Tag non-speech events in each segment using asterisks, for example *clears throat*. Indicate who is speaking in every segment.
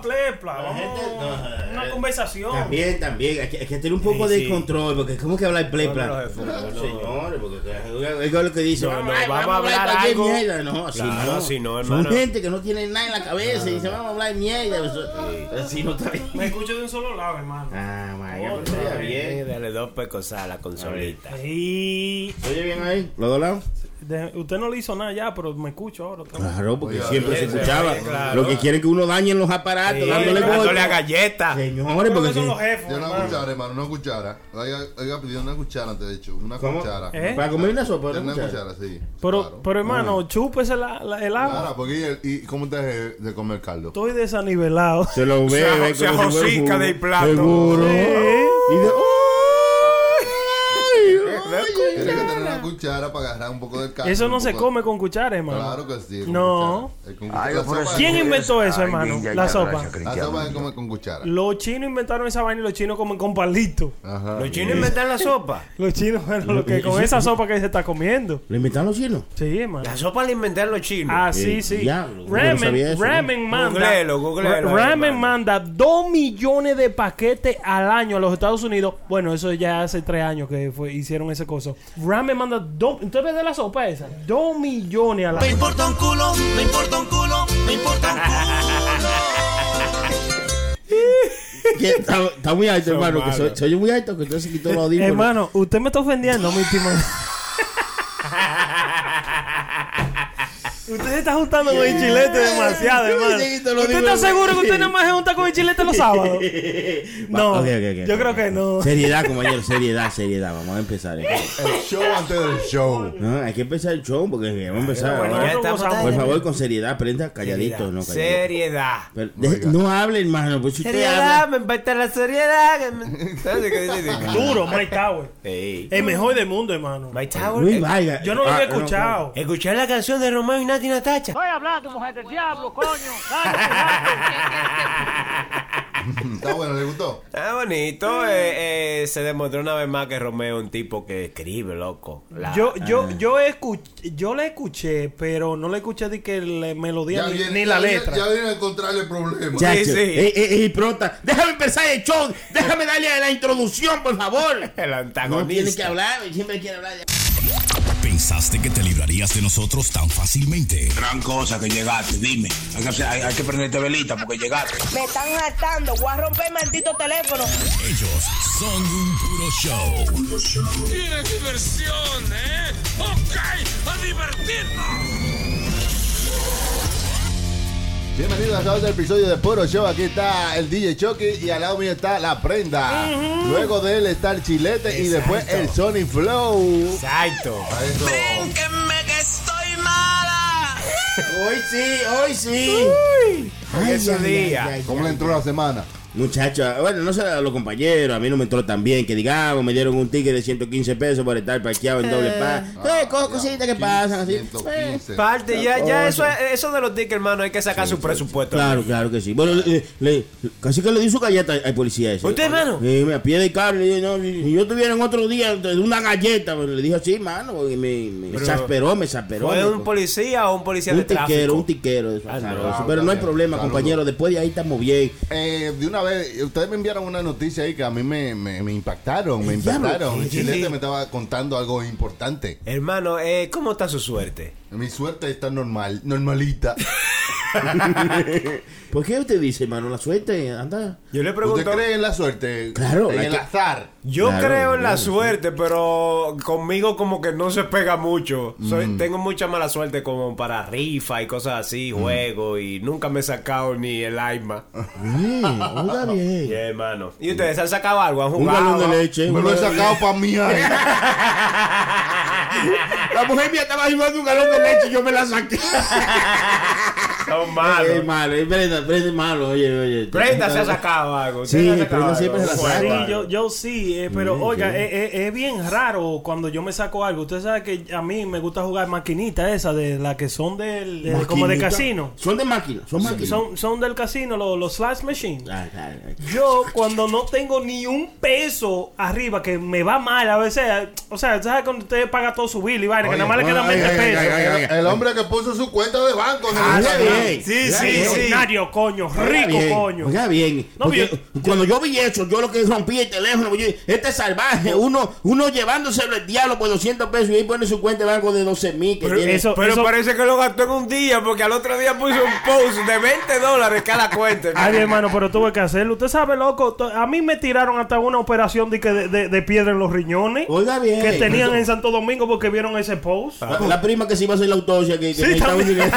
Speaker 1: plepla,
Speaker 2: La
Speaker 1: vamos,
Speaker 2: gente- no,
Speaker 1: una
Speaker 2: eh,
Speaker 1: conversación.
Speaker 2: También, también. Hay que, hay que tener un poco
Speaker 3: Sí,
Speaker 2: de
Speaker 3: sí.
Speaker 2: control, porque ¿cómo que hablar plepla?
Speaker 3: No, no, jefe,
Speaker 2: No,
Speaker 3: no, no.
Speaker 2: Señores, porque es lo que dice.
Speaker 3: No, no,
Speaker 2: ay,
Speaker 3: vamos a hablar
Speaker 2: cualquier
Speaker 3: algo.
Speaker 2: mierda. No, así no.
Speaker 3: Claro, así no,
Speaker 2: Son
Speaker 3: hermano.
Speaker 2: gente que no tiene nada en la cabeza y dicen, vamos a hablar mierda. Eso- Así no está bien.
Speaker 1: Me escucho de un solo lado, hermano.
Speaker 2: Ah, María, pero estaría bien.
Speaker 3: Dale dos pecos a la consolita.
Speaker 1: Y
Speaker 2: ¿Se oye bien ahí? ¿Los dos lados?
Speaker 1: de- usted no le hizo nada ya, pero me escucho ahora. otra vez.
Speaker 2: Claro, porque siempre se
Speaker 3: sí,
Speaker 2: escuchaba.
Speaker 3: sí, claro.
Speaker 2: Lo que quieren que uno dañe en los aparatos, dándole
Speaker 3: dándole a
Speaker 2: golpe.
Speaker 3: galleta.
Speaker 2: Señores,
Speaker 1: Creo
Speaker 2: porque...
Speaker 1: que son los
Speaker 2: si-
Speaker 1: jefes,
Speaker 4: Yo una
Speaker 1: hermano.
Speaker 4: cuchara, hermano, una cuchara. Oiga, oiga pidió una cuchara, de hecho. Una
Speaker 2: ¿Cómo?
Speaker 4: cuchara.
Speaker 1: ¿Eh?
Speaker 2: Para comer una sopa,
Speaker 4: Una,
Speaker 2: ¿no?
Speaker 4: cuchara, sí.
Speaker 1: Pero,
Speaker 4: claro.
Speaker 1: pero hermano, chúpese la, la- el agua.
Speaker 4: Ahora, porque y, y cómo te dejé de comer caldo?
Speaker 1: Estoy desanivelado.
Speaker 2: Se
Speaker 3: *laughs*
Speaker 2: lo
Speaker 3: Se
Speaker 2: bebe como
Speaker 3: ajo- se
Speaker 2: si fuera
Speaker 3: ajosica
Speaker 2: jugo.
Speaker 3: del plato.
Speaker 2: Seguro. Y de...
Speaker 3: *laughs*
Speaker 2: ¡Ay!
Speaker 4: Tienes que tener una cuchara para agarrar un poco del caldo.
Speaker 1: Eso
Speaker 4: un
Speaker 1: no se
Speaker 4: poco-
Speaker 1: come con cuchara, hermano.
Speaker 4: Claro que sí. con
Speaker 1: No.
Speaker 4: cuchara. El con
Speaker 5: Ay,
Speaker 4: cuchara-
Speaker 5: por eso
Speaker 1: ¿Quién
Speaker 5: es-
Speaker 1: inventó eso,
Speaker 5: Ay,
Speaker 1: hermano?
Speaker 5: ninja,
Speaker 1: La
Speaker 5: ya,
Speaker 1: sopa.
Speaker 5: gracias,
Speaker 4: La
Speaker 5: Cristiano.
Speaker 4: sopa se come con cuchara.
Speaker 1: Los chinos inventaron esa vaina y los chinos comen con palito.
Speaker 4: Ajá.
Speaker 3: Los chinos inventan la sopa.
Speaker 1: Los chinos, bueno, lo que con esa sopa que se está comiendo.
Speaker 2: ¿Lo inventaron los chinos?
Speaker 1: Sí, hermano.
Speaker 3: La sopa la inventaron los chinos.
Speaker 1: Ah, sí,
Speaker 2: Eh,
Speaker 1: sí.
Speaker 2: diablo, yo no
Speaker 1: ramen
Speaker 2: sabía eso,
Speaker 1: ramen
Speaker 3: ¿no?
Speaker 1: manda.
Speaker 3: Googlealo, googlealo,
Speaker 1: Ra- ramen
Speaker 3: hermano.
Speaker 1: manda 2 millones de paquetes al año a los Estados Unidos. Bueno, eso ya hace 3 años que fue- hicieron ese coso. Ramen manda 2. ¿Usted ve de la sopa esa? 2 millones al año.
Speaker 6: importa un culo, me importa un culo, me importa un
Speaker 2: Que Está, está muy alto,
Speaker 3: *laughs* Son
Speaker 2: hermano. Que
Speaker 3: malos.
Speaker 2: soy, soy muy alto, que entonces se quitó los audífonos.
Speaker 1: Hermano, usted me está ofendiendo, mi timón. Usted se está juntando con el chilete demasiado,
Speaker 2: Yo
Speaker 1: hermano.
Speaker 2: dije que te lo
Speaker 1: ¿Usted
Speaker 2: digo
Speaker 1: está
Speaker 2: yo.
Speaker 1: seguro que usted nada más se junta con el chilete los sábados?
Speaker 2: *laughs* Va,
Speaker 1: No,
Speaker 2: ok, ok, ok.
Speaker 1: yo creo que no.
Speaker 2: Seriedad, compañero, seriedad, seriedad. Vamos a empezar. ¿eh?
Speaker 4: El show antes del show.
Speaker 2: No, hay que empezar el show porque vamos a empezar.
Speaker 3: Bueno,
Speaker 2: ¿no?
Speaker 3: ya estamos
Speaker 1: gozamos.
Speaker 2: Por favor, con seriedad, prenda calladito, no calladito.
Speaker 3: Seriedad.
Speaker 2: Pero deje- no hable, hermano, pues si usted
Speaker 3: Seriedad,
Speaker 2: habla.
Speaker 3: me inventa la seriedad. Me- ¿Sabes qué
Speaker 2: *laughs*
Speaker 3: dice?
Speaker 1: Duro, Mike Tower.
Speaker 3: Ey.
Speaker 1: El mejor del mundo, hermano.
Speaker 3: My Tower.
Speaker 2: Luis
Speaker 3: eh,
Speaker 2: Vargas.
Speaker 1: Yo no lo
Speaker 2: Ah,
Speaker 1: había escuchado.
Speaker 3: Escuchar la canción de Romeo y Nati Natacha.
Speaker 1: *laughs*
Speaker 4: Está bueno, ¿le gustó?
Speaker 3: Está bonito.
Speaker 2: Ah.
Speaker 3: eh, eh, se demostró una vez más que Romeo es un tipo que escribe, loco. La-
Speaker 1: Yo, yo, yo, escuché, yo la escuché, pero no la escuché de que la melodía
Speaker 4: Ya
Speaker 1: ni,
Speaker 4: viene-
Speaker 1: ni la
Speaker 4: ya viene-
Speaker 1: letra.
Speaker 4: Ya viene a encontrar el problema.
Speaker 2: Chacho,
Speaker 3: Sí, sí.
Speaker 2: eh, eh, eh, prota, déjame empezar el show, déjame darle a la introducción, por favor.
Speaker 3: el
Speaker 2: No
Speaker 3: antagonista.
Speaker 2: tiene que hablar, siempre quiere hablar. de-
Speaker 7: ¿Pensaste que te librarías de nosotros tan fácilmente? Gran cosa que llegaste, dime. Hay que, hacer- hay- hay que
Speaker 2: este
Speaker 7: prenderte velita porque llegaste.
Speaker 8: Me están hartando, voy a romper el maldito teléfono.
Speaker 7: Ellos son un puro show.
Speaker 9: Tienes diversión, ¿eh? Ok, a divertirnos.
Speaker 4: Bienvenidos a otro episodio de Puro Show. Aquí está el DJ Chucky y al lado mío está la prenda. Luego de él está el chilete y después el Sony Flow.
Speaker 3: Exacto.
Speaker 4: A eso.
Speaker 6: Brinquenme que estoy mala.
Speaker 2: Hoy sí, hoy sí. Ay,
Speaker 3: ese
Speaker 2: ay, ay,
Speaker 3: día.
Speaker 2: ay,
Speaker 4: ¿Cómo
Speaker 2: ay.
Speaker 4: le entró la semana?
Speaker 2: Muchachos, bueno, no sé a los compañeros, a mí no me entró tan bien, que digamos, me dieron un ticket de 115 pesos por estar parqueado en doble paz. Eh,
Speaker 3: Ah,
Speaker 2: co- cositas que pasan así. Eh,
Speaker 4: 115.
Speaker 3: Parte, ya, ya,
Speaker 2: Oye.
Speaker 3: eso, eso de los tickets, hermano, hay que sacar su presupuesto.
Speaker 2: Claro, claro que sí. Bueno, le- le- casi que le di su galleta al policía ese.
Speaker 3: ¿Usted, hermano?
Speaker 2: Sí, me a pie de carne. le dije, no, si si yo tuviera en otro día de una galleta, pues, le dije así, mano, porque me, me
Speaker 3: Pero-
Speaker 2: exasperó, me exasperó.
Speaker 3: ¿Fue
Speaker 2: me-
Speaker 3: un policía o un policía
Speaker 2: un
Speaker 3: de tráfico?
Speaker 2: tiquero, un tiquero. eso,
Speaker 3: Ah,
Speaker 2: claro,
Speaker 3: no,
Speaker 2: eso. Pero no hay
Speaker 4: también,
Speaker 2: problema,
Speaker 4: claro.
Speaker 2: compañero. Después de ahí estamos bien.
Speaker 4: Eh, de una vez, ustedes me enviaron una noticia ahí que a mí me, me, me impactaron, me
Speaker 2: El diablo.
Speaker 4: impactaron. El
Speaker 3: Sí, sí.
Speaker 4: chilete me estaba contando algo importante.
Speaker 3: Hermano, eh, ¿cómo está su suerte?
Speaker 4: Mi suerte está normal, normalita.
Speaker 2: ¿Por qué usted dice, hermano, la suerte? Anda.
Speaker 3: Yo le
Speaker 4: ¿Usted
Speaker 3: pregunto.
Speaker 4: cree en la suerte?
Speaker 2: Claro,
Speaker 4: En
Speaker 2: hay
Speaker 4: el
Speaker 2: que-
Speaker 4: azar.
Speaker 3: Yo
Speaker 2: Claro,
Speaker 3: creo en la
Speaker 2: claro, sí.
Speaker 3: suerte, pero conmigo como que no se pega mucho. Soy-
Speaker 2: Mm.
Speaker 3: Tengo mucha mala suerte como para rifa y cosas así,
Speaker 2: Mm.
Speaker 3: juego, y nunca me he sacado ni
Speaker 2: *laughs*
Speaker 3: el alma.
Speaker 2: Bien,
Speaker 3: *laughs*
Speaker 2: oiga bien.
Speaker 3: Yeah, hermano. ¿Y ustedes han sacado algo? ¿Han
Speaker 2: Un
Speaker 3: jugado?
Speaker 2: galón de leche.
Speaker 4: Me
Speaker 2: un
Speaker 4: lo he
Speaker 2: galón de
Speaker 4: sacado para mí. ahí.
Speaker 2: leche. La mujer mía estaba llevando un galón de leche y yo me la saqué.
Speaker 3: Son
Speaker 2: Es *laughs*
Speaker 3: malos.
Speaker 2: malo, es prenda, prenda es malo. Oye, oye.
Speaker 3: Prenda se ha sacado algo. ¿Usted
Speaker 2: Sí,
Speaker 3: le ha sacado
Speaker 2: Prenda
Speaker 3: algo?
Speaker 2: siempre se la
Speaker 3: Bueno,
Speaker 1: Sí,
Speaker 2: saca.
Speaker 3: bueno.
Speaker 1: yo, yo sí, eh, pero oiga, eh, eh, es, bien raro cuando yo me saco algo. Usted sabe que a mí me gusta jugar maquinitas esas, de las que son del, de- como de
Speaker 2: Maquinita.
Speaker 1: casino.
Speaker 2: Son de máquina, son máquinas.
Speaker 1: Son, son del casino, los, los slash machines.
Speaker 2: Ay, ay, ay.
Speaker 1: Yo cuando no tengo ni un peso arriba, que me va mal a veces, o sea, ¿sabes cuando usted paga todo su bill y vaina, que nada más le quedan
Speaker 2: ay,
Speaker 1: 20
Speaker 2: ay, Ah, ay,
Speaker 1: pesos?
Speaker 2: ay, ay.
Speaker 4: El hombre que puso su cuenta de banco en el
Speaker 2: Está bien,
Speaker 1: Ah,
Speaker 2: bien.
Speaker 3: Sí, sí,
Speaker 2: bien.
Speaker 3: sí.
Speaker 1: Millonario, coño.
Speaker 2: Oiga
Speaker 1: Rico,
Speaker 2: bien,
Speaker 1: coño.
Speaker 2: Oiga bien.
Speaker 1: No,
Speaker 2: porque
Speaker 1: bien.
Speaker 2: cuando yo vi eso, yo lo que rompí el teléfono. porque yo- este salvaje, uno, uno llevándoselo el diablo por 200 pesos y ahí pone su cuenta de banco de 12 mil. que tiene.
Speaker 1: eso-
Speaker 3: Pero parece que lo gastó en un día porque al otro día puso un post de 20 dólares cada cuenta.
Speaker 1: *laughs* Ay, mi hermano, pero tuve que hacerlo. Usted sabe, loco, to- a mí me tiraron hasta una operación de, que de, de- de piedra en los riñones
Speaker 2: Oiga bien.
Speaker 1: que tenían
Speaker 2: Eso-
Speaker 1: en Santo Domingo porque vieron ese post.
Speaker 2: La, la prima que se iba a hacer la autopsia. Que, que
Speaker 1: Sí,
Speaker 2: necesitaba un
Speaker 1: también. *laughs*
Speaker 2: dinero.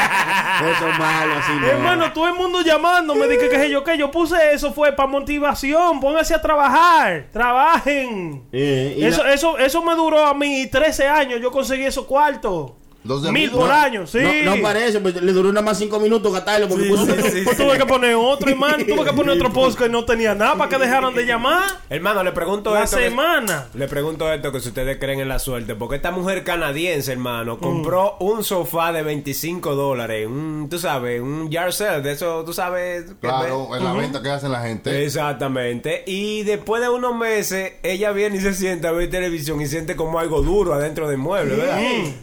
Speaker 2: Eso es malo, así no.
Speaker 1: Hermano, todo el mundo llamándome, dije que qué sé yo qué, yo puse eso fue para motivación, pónganse a trabajar, trabajen.
Speaker 2: Eh, y la-
Speaker 1: Eso, eso, eso me duró a mí 13 años, yo conseguí esos cuartos.
Speaker 4: 12
Speaker 1: Mil
Speaker 4: mil,
Speaker 1: por
Speaker 4: ¿no?
Speaker 1: año, sí.
Speaker 2: No, no parece, pues, le duró nada más 5 minutos gastarlo porque puso-
Speaker 3: sí,
Speaker 1: Pues tuve que poner otro, hermano, tuve que poner otro post que no tenía nada para que dejaran de llamar.
Speaker 3: Hermano, le pregunto
Speaker 1: La
Speaker 3: esto que-
Speaker 1: semana.
Speaker 3: le pregunto esto que si ustedes creen en la suerte. Porque esta mujer canadiense,
Speaker 1: Mm.
Speaker 3: hermano, compró un sofá de 25 dólares. Un, tú sabes, un yard sale de eso, tú sabes. que
Speaker 4: Claro, en la venta que hacen la
Speaker 3: ve-
Speaker 2: Eh,
Speaker 4: gente.
Speaker 3: Exactamente. Y después de unos meses, ella viene y se sienta a ver televisión y siente como algo duro adentro del mueble, ¿verdad?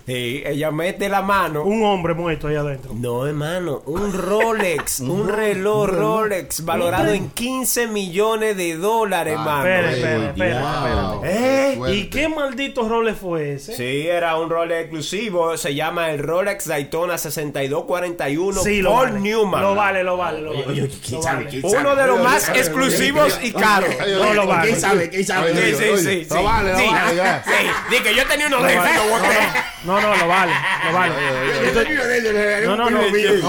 Speaker 3: Y ella mete la mano.
Speaker 1: Un hombre muerto ahí adentro.
Speaker 3: No, hermano, un
Speaker 1: *laughs*
Speaker 3: Rolex, un reloj Rolex valorado en 15 millones de
Speaker 1: Ah,
Speaker 3: dólares, hermano.
Speaker 1: espere,
Speaker 4: güey,
Speaker 1: espere, espere,
Speaker 4: wow.
Speaker 2: Eh,
Speaker 3: espere.
Speaker 4: Qué
Speaker 1: ¿Y qué maldito role fue ese?
Speaker 3: Sí, era un Rolex exclusivo, se llama el Rolex Daytona 6241
Speaker 1: Sí, lo
Speaker 3: Paul
Speaker 1: vale.
Speaker 3: Newman.
Speaker 1: Lo vale, lo vale, lo
Speaker 2: Oye,
Speaker 1: vale.
Speaker 2: oye, ¿quién
Speaker 1: Lo
Speaker 2: sabe?
Speaker 1: vale.
Speaker 2: ¿Quién sabe?
Speaker 3: Uno de los
Speaker 4: Oye,
Speaker 3: más
Speaker 4: oye,
Speaker 3: exclusivos y caros.
Speaker 4: Oye,
Speaker 1: No
Speaker 4: oye,
Speaker 1: lo vale.
Speaker 2: ¿Quién sabe? ¿Quién sabe?
Speaker 4: Oye,
Speaker 3: Sí, sí, sí.
Speaker 4: oye, lo vale, lo
Speaker 3: sí.
Speaker 4: vale, ya.
Speaker 3: *laughs* Sí, di que yo tenía uno de esos, lo boté.
Speaker 1: No, no, lo vale, lo vale. No, no, no, no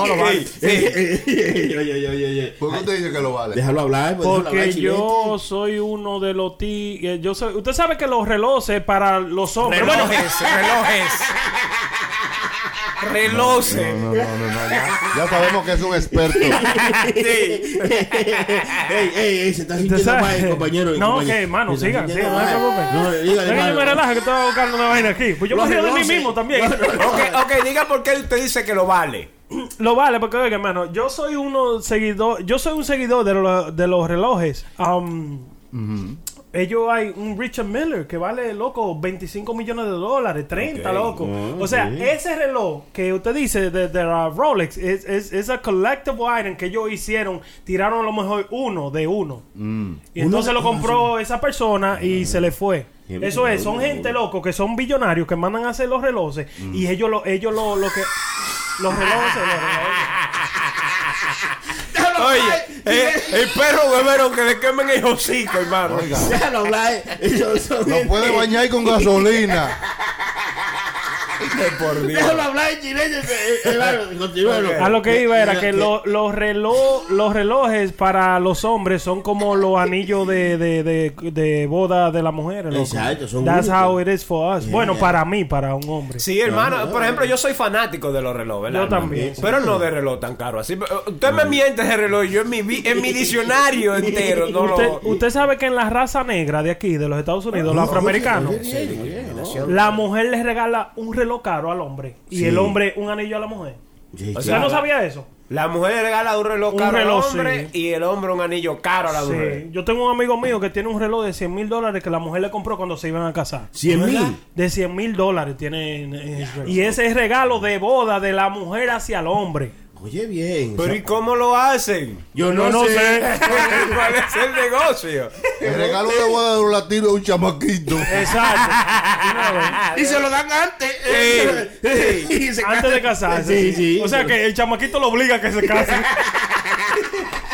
Speaker 1: lo vale.
Speaker 2: Oye, oye, oye, oye.
Speaker 4: ¿Por qué usted dice que lo vale?
Speaker 2: Déjalo hablar. pues, déjalo hablar,
Speaker 1: Porque
Speaker 2: chilete.
Speaker 1: yo soy uno de los tigres. Yo soy, usted sabe que los relojes para los hombres. Bueno,
Speaker 3: *laughs* Relojes, relojes. Relojes.
Speaker 4: No, no, no, no, ya, ya sabemos que es un experto.
Speaker 3: *laughs* Sí.
Speaker 2: *laughs* Ey, ey, ey, se está sintiendo
Speaker 1: sabes?
Speaker 2: mal, compañero.
Speaker 1: No,
Speaker 2: compañero.
Speaker 1: ok, hermano,
Speaker 2: Se está
Speaker 1: sigan,
Speaker 2: sintiendo
Speaker 1: sigan, no
Speaker 2: mal.
Speaker 1: se preocupen.
Speaker 2: No, dígale,
Speaker 1: Venga, yo me
Speaker 2: hermano.
Speaker 1: relajo que estaba buscando una vaina aquí. Pues yo me
Speaker 2: Los
Speaker 1: río de mí
Speaker 2: relojes.
Speaker 1: mismo también.
Speaker 3: Ok, ok, diga por qué usted dice que lo vale.
Speaker 1: Lo vale, porque oiga, hermano, yo soy uno seguidor, yo soy un seguidor de, lo- de los relojes. Um, Ellos hay un Richard Miller que vale, loco, 25 millones de dólares, 30, loco. o sea, ese reloj que usted dice de, de la Rolex es, es, es a collectible item que ellos hicieron, tiraron a lo mejor uno de uno. Y entonces lo compró esa persona y se le fue.
Speaker 2: Qué
Speaker 1: Eso es, son
Speaker 2: locura.
Speaker 1: gente loco que son billonarios que mandan a hacer los relojes y ellos lo, ellos lo, lo que los relojes, los relojes.
Speaker 3: Oye, eh, el perro beberon que le quemen el hocico, hermano.
Speaker 4: Oiga,
Speaker 2: Déjalo hablar. Ellos son
Speaker 4: lo
Speaker 2: gente-
Speaker 4: puede bañar con gasolina.
Speaker 3: Ay, *laughs* por Dios.
Speaker 2: Déjalo hablar, chilete. eh, eh, hermano, continúalo.
Speaker 1: A Ah, lo que iba era que
Speaker 2: Mira,
Speaker 1: lo- los, relo- los relojes para los hombres son como los anillos de, de, de- de boda de las mujeres. loco.
Speaker 2: Exacto, son
Speaker 1: That's
Speaker 2: únicos.
Speaker 1: how it is for us. Bueno, para mí, para un hombre.
Speaker 3: Sí, hermano. por ejemplo, yo soy fanático de los relojes, ¿verdad?
Speaker 1: Yo
Speaker 3: hermano?
Speaker 1: también.
Speaker 3: Pero no de reloj tan caro. Así, eh, usted me miente ese reloj. Yo en mi, vi- en
Speaker 1: *laughs*
Speaker 3: mi diccionario entero no
Speaker 1: usted,
Speaker 3: lo...
Speaker 1: usted sabe que en la raza negra de aquí, de los Estados Unidos, los afroamericanos, la mujer les regala un reloj caro al hombre y el hombre un anillo a la mujer.
Speaker 2: Sí,
Speaker 3: O
Speaker 1: ¿Usted
Speaker 3: sea,
Speaker 1: no
Speaker 3: la-
Speaker 1: sabía eso?
Speaker 3: La mujer le regala un reloj
Speaker 1: Un
Speaker 3: caro
Speaker 1: reloj,
Speaker 3: al hombre
Speaker 1: sí.
Speaker 3: y el hombre un anillo caro a la mujer.
Speaker 1: Sí. Yo tengo un amigo mío que tiene un reloj de 100 mil dólares que la mujer le compró cuando se iban a casar.
Speaker 2: 100 mil.
Speaker 1: De 100 mil dólares tiene. en- en el reloj. Y ese es regalo de boda de la mujer hacia el hombre.
Speaker 2: Oye, bien.
Speaker 3: Pero ¿y cómo lo hacen? *laughs*
Speaker 2: Yo no, sé. *laughs*
Speaker 3: ¿Cuál es el negocio?
Speaker 4: El regalo de boda de un latino es un chamaquito.
Speaker 1: Exacto. Una
Speaker 3: Ah,
Speaker 1: vez.
Speaker 2: Y se lo dan antes. eh,
Speaker 1: *laughs*
Speaker 2: y se
Speaker 1: Antes
Speaker 3: *laughs*
Speaker 1: de casarse.
Speaker 2: Sí, sí.
Speaker 1: O sea que el chamaquito lo obliga a que se case.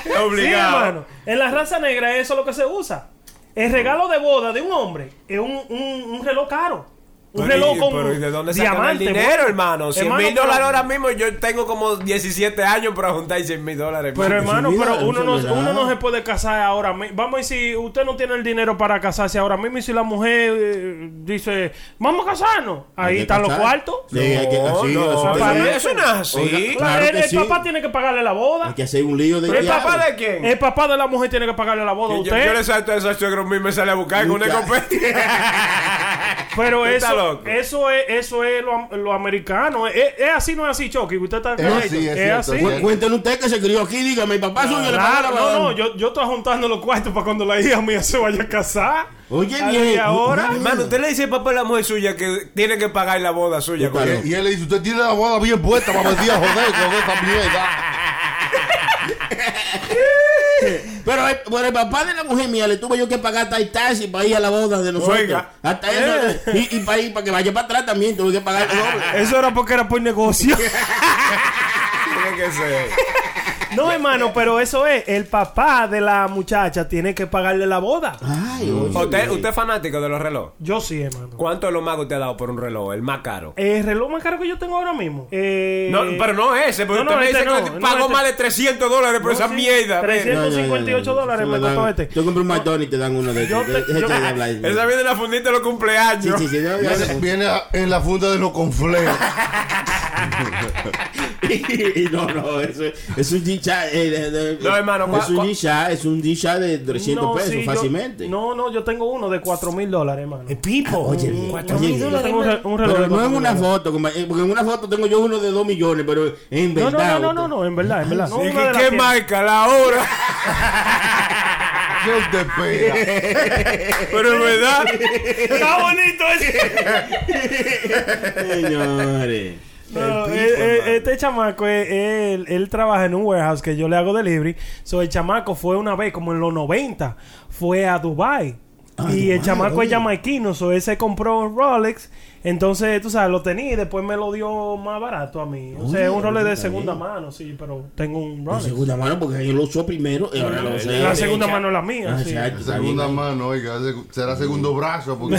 Speaker 1: sí,
Speaker 3: Obligado.
Speaker 1: hermano. En la raza negra eso es lo que se usa. El regalo de boda de un hombre es un, un- un reloj caro. Un
Speaker 3: Pero,
Speaker 1: reloj
Speaker 3: ¿y-
Speaker 1: con
Speaker 3: pero ¿y de dónde sacan el
Speaker 1: diamante,
Speaker 3: dinero,
Speaker 1: bueno.
Speaker 3: hermano? 100 mil
Speaker 1: pero-
Speaker 3: dólares ahora mismo. Yo tengo como 17 años para juntar 100 mil dólares.
Speaker 1: Pero hermano,
Speaker 3: hermano.
Speaker 2: mira,
Speaker 1: pero uno no,
Speaker 2: mira.
Speaker 1: uno no se puede casar ahora mismo. Vamos, y si usted no tiene el dinero para casarse ahora mismo y si la mujer eh, dice, vamos a casarnos,
Speaker 2: Hay
Speaker 1: ahí
Speaker 2: que
Speaker 1: están los
Speaker 2: casar.
Speaker 1: cuartos.
Speaker 2: Sí, hay que
Speaker 3: No,
Speaker 2: sí,
Speaker 3: no,
Speaker 2: eso
Speaker 1: no,
Speaker 2: te
Speaker 1: para
Speaker 2: digo.
Speaker 1: eso.
Speaker 3: Eso no es así.
Speaker 2: Oiga, Claro
Speaker 1: el,
Speaker 2: que
Speaker 1: el
Speaker 2: sí.
Speaker 1: papá tiene que pagarle la boda.
Speaker 2: Hay que hacer un lío de
Speaker 3: ¿Pero el
Speaker 2: diablo.
Speaker 3: papá de quién?
Speaker 1: El papá de la mujer tiene que pagarle la boda a
Speaker 3: Yo, yo
Speaker 1: usted.
Speaker 3: le salto a esos suegros míos y me sale a buscar con una
Speaker 2: Nunca.
Speaker 3: escopeta.
Speaker 1: Pero
Speaker 3: Tú estás
Speaker 1: eso,
Speaker 3: loco.
Speaker 1: eso es, eso es lo, am- lo americano. Es, es así, no es así, Chucky. Usted está
Speaker 4: Es así, es cierto, es cierto.
Speaker 2: Cuéntenle usted que se crió aquí, dígame, mi papá subió la
Speaker 1: Claro,
Speaker 2: palabra.
Speaker 1: no, no, yo, yo estoy juntando los cuartos para cuando la hija mía se vaya a casar.
Speaker 2: Oye,
Speaker 1: Así
Speaker 2: bien.
Speaker 1: que ahora.
Speaker 3: *laughs* Hermano, usted le dice al papá a la mujer suya que tiene que pagar la boda suya.
Speaker 2: Claro.
Speaker 3: coño.
Speaker 4: Y él le dice, usted tiene la boda bien puesta para meter a joder con esa mierda.
Speaker 2: Pero el, pero el papá de la mujer mía le tuve yo que pagar hasta el taxi para ir a la boda de nosotros.
Speaker 3: Oiga.
Speaker 2: Hasta eso. Y, y para ir, para que vaya para atrás también tuve que pagar el doble.
Speaker 1: Eso era porque era por
Speaker 2: *laughs*
Speaker 1: negocio.
Speaker 3: Tiene que ser.
Speaker 1: no, hermano, pero eso es. El papá de la muchacha tiene que pagarle la boda.
Speaker 2: Ay, oye,
Speaker 3: ¿Usted, usted es fanático de los relojes?
Speaker 1: Yo sí, hermano.
Speaker 3: ¿Cuánto es lo más que usted ha dado por un reloj? El más caro.
Speaker 1: El reloj más caro que yo tengo ahora mismo. Eh,
Speaker 3: No, pero no ese, porque
Speaker 1: no, no,
Speaker 3: usted me
Speaker 1: este
Speaker 3: dice
Speaker 1: no,
Speaker 3: que
Speaker 1: no,
Speaker 3: pagó
Speaker 1: este-
Speaker 3: más de 300 dólares por
Speaker 1: No,
Speaker 3: esa
Speaker 1: sí,
Speaker 3: mierda.
Speaker 1: 300.
Speaker 3: mira.
Speaker 2: No, no, no, no.
Speaker 1: 158 dólares
Speaker 2: Se
Speaker 1: me
Speaker 2: lo dan.
Speaker 1: costó este.
Speaker 2: Yo compré un McDonald's y te dan uno de
Speaker 1: Yo
Speaker 2: estos.
Speaker 1: te-
Speaker 2: Deja
Speaker 1: yo-
Speaker 2: de hablar.
Speaker 3: Esa viene de la fundita de los cumpleaños.
Speaker 2: Sí, sí, sí. no, no,
Speaker 4: Viene,
Speaker 2: no.
Speaker 4: viene a- en la funda de los confleos.
Speaker 2: *laughs* y no, no, eso es, es un G-Sha. eh, de- de-
Speaker 3: No, hermano,
Speaker 2: es
Speaker 3: cua-
Speaker 2: un
Speaker 3: cua-
Speaker 2: G-Sha, es un G-Sha de 300
Speaker 1: No,
Speaker 2: pesos
Speaker 1: sí, yo-
Speaker 2: fácilmente. Eh,
Speaker 1: no, no, yo tengo uno de 4 mil dólares, hermano.
Speaker 2: Pipo. Oye, bien, oye, bien.
Speaker 1: Yo tengo un, re- un reloj de
Speaker 2: Pero no es
Speaker 1: 4.000
Speaker 2: una
Speaker 1: dólares.
Speaker 2: foto, compa- eh, porque en una foto tengo yo uno de 2 millones, pero en
Speaker 1: No,
Speaker 2: verdad.
Speaker 1: no, no, no, no, no, en verdad, en verdad. No,
Speaker 3: ¿Y
Speaker 1: una
Speaker 3: qué-
Speaker 1: de la
Speaker 3: qué
Speaker 1: tienda.
Speaker 3: marca? La hora.
Speaker 1: *laughs*
Speaker 4: ¿Qué usted pega?
Speaker 3: Pero en verdad.
Speaker 1: Está bonito ese.
Speaker 2: *laughs* Señores.
Speaker 1: No, eh, eh, este chamaco, eh, él, él trabaja en un warehouse que yo le hago delivery. So, el chamaco fue una vez, como en los 90, fue a Dubai.
Speaker 2: Ah,
Speaker 1: y el chamaco es jamaiquino, so, él se compró un Rolex. Entonces, tú sabes, lo tenía y después me lo dio más barato a mí. O sea, es un Rolex de segunda mano, sí, pero tengo un
Speaker 2: La
Speaker 1: Rolex.
Speaker 2: segunda mano, porque yo lo usó primero. y ahora lo usé.
Speaker 1: la segunda mano es la mía.
Speaker 2: Ah,
Speaker 1: sí.
Speaker 2: exacto, está bien. *laughs*
Speaker 4: Segunda mano, oiga, se- será segundo brazo. Porque...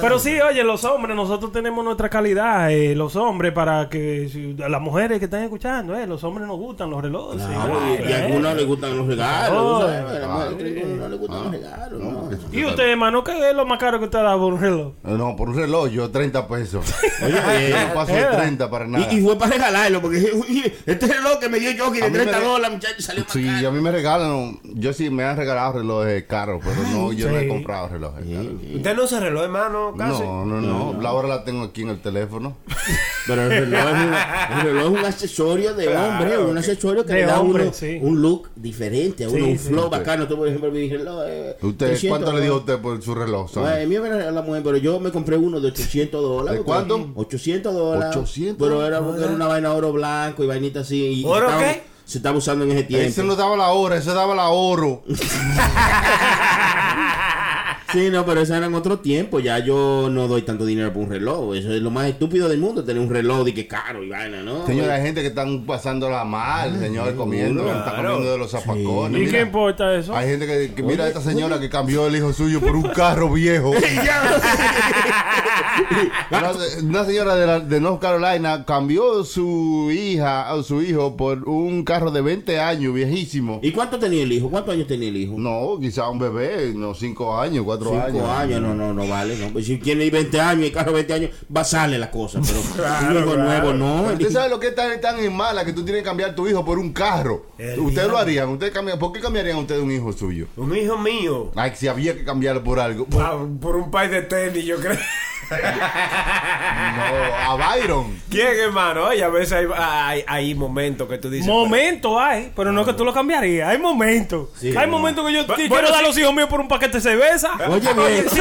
Speaker 1: Pero sí, oye, los hombres, nosotros tenemos nuestra calidad, eh, los hombres, para que si- a las mujeres que están escuchando, eh, los hombres nos gustan los relojes.
Speaker 2: Ah,
Speaker 1: eh,
Speaker 2: y a
Speaker 1: eh.
Speaker 2: algunos le gustan los regalos.
Speaker 1: Oh,
Speaker 2: ¿sabes? A la mujer cree que no le gustan los
Speaker 1: *laughs*
Speaker 2: regalos. ¿no?
Speaker 1: ¿Y usted, hermano, qué es lo más caro que usted ha dado por un reloj?
Speaker 4: No, por un reloj, yo 30 pesos. Eh,
Speaker 2: Oye, eh,
Speaker 4: Yo
Speaker 2: bien.
Speaker 4: no paso de 30 para nada.
Speaker 2: Y, y fue para regalarlo, porque uy, este reloj que me dio yo, que
Speaker 4: A
Speaker 2: de
Speaker 4: mí me
Speaker 2: 30
Speaker 4: re-
Speaker 2: dólares, muchacho, salió más
Speaker 4: Sí,
Speaker 2: caro.
Speaker 4: a mí me regalan, yo sí me han regalado relojes caros, pero no, yo no he comprado relojes caros.
Speaker 3: Usted no se reloj, hermano, casi.
Speaker 4: No, no, no, la hora la tengo aquí en el teléfono.
Speaker 2: Pero el reloj, es un, el reloj es un accesorio de hombre, un accesorio que
Speaker 1: De
Speaker 2: le da a
Speaker 1: hombre,
Speaker 2: uno
Speaker 1: sí.
Speaker 2: un look diferente, a uno
Speaker 1: Sí,
Speaker 2: un
Speaker 1: sí.
Speaker 2: flow bacano. Tú, por ejemplo, me dije, reloj, eh,
Speaker 4: ¿Usted
Speaker 2: 300
Speaker 4: cuánto le dio a
Speaker 2: dólares.
Speaker 4: usted por su reloj? Eh, Sam?
Speaker 2: Ay, a mí me regaló la mujer, pero yo me compré uno de 800 dólares.
Speaker 4: ¿De
Speaker 2: porque-
Speaker 4: cuánto?
Speaker 2: 800 dólares.
Speaker 4: 800
Speaker 2: Pero era, porque era una vaina oro blanco y vainita así. Y
Speaker 3: ¿Oro
Speaker 2: se estaba-
Speaker 3: qué?
Speaker 2: Se estaba usando en ese tiempo.
Speaker 4: Ese no daba la hora, ese daba la oro.
Speaker 2: Sí, no, pero eso era en otro tiempo. Ya yo no doy tanto dinero por un reloj. Eso es lo más estúpido del mundo, tener un reloj de que caro y vaina, ¿no?
Speaker 4: Señor, hay gente que están pasándola mal, señor, comiendo, está comiendo de los zapacones.
Speaker 1: ¿Y
Speaker 4: Mira,
Speaker 1: qué importa eso?
Speaker 4: Hay gente que, que mira a esta señora que cambió el hijo suyo por un carro
Speaker 2: *laughs*
Speaker 4: viejo. Una, una señora de, la- de North Carolina cambió su hija o su hijo por un carro de 20 años, viejísimo.
Speaker 2: ¿Y cuánto tenía el hijo? ¿Cuántos años tenía el hijo?
Speaker 4: No, quizá un bebé, no, 5 años, 4
Speaker 2: Cinco
Speaker 4: años.
Speaker 2: años. no, no, no vale. No. Pues si tiene 20 años y carro 20 años, va a salir la cosa. Pero un hijo nuevo, no.
Speaker 4: Usted sabe lo que es tan, tan en mala que tú tienes que cambiar tu hijo por un carro. Ustedes lo harían. Ustedes cambian, ¿Por qué cambiarían ustedes un hijo suyo?
Speaker 3: Un hijo mío.
Speaker 4: Ay, si había que cambiarlo por algo. No,
Speaker 3: Ah, Por un par de tenis, yo creo. *laughs*
Speaker 4: a Byron.
Speaker 3: ¿Quién, hermano? Oye, a veces hay, hay, hay momentos que tú dices. *laughs*
Speaker 1: Momento hay, pero no que tú lo cambiarías. Hay momentos. hay momentos que yo
Speaker 3: Bu-
Speaker 1: te-
Speaker 3: bueno,
Speaker 1: quiero dar a
Speaker 3: sí.
Speaker 1: los hijos míos por un paquete de cerveza.
Speaker 2: Oye, bien.
Speaker 1: Sí,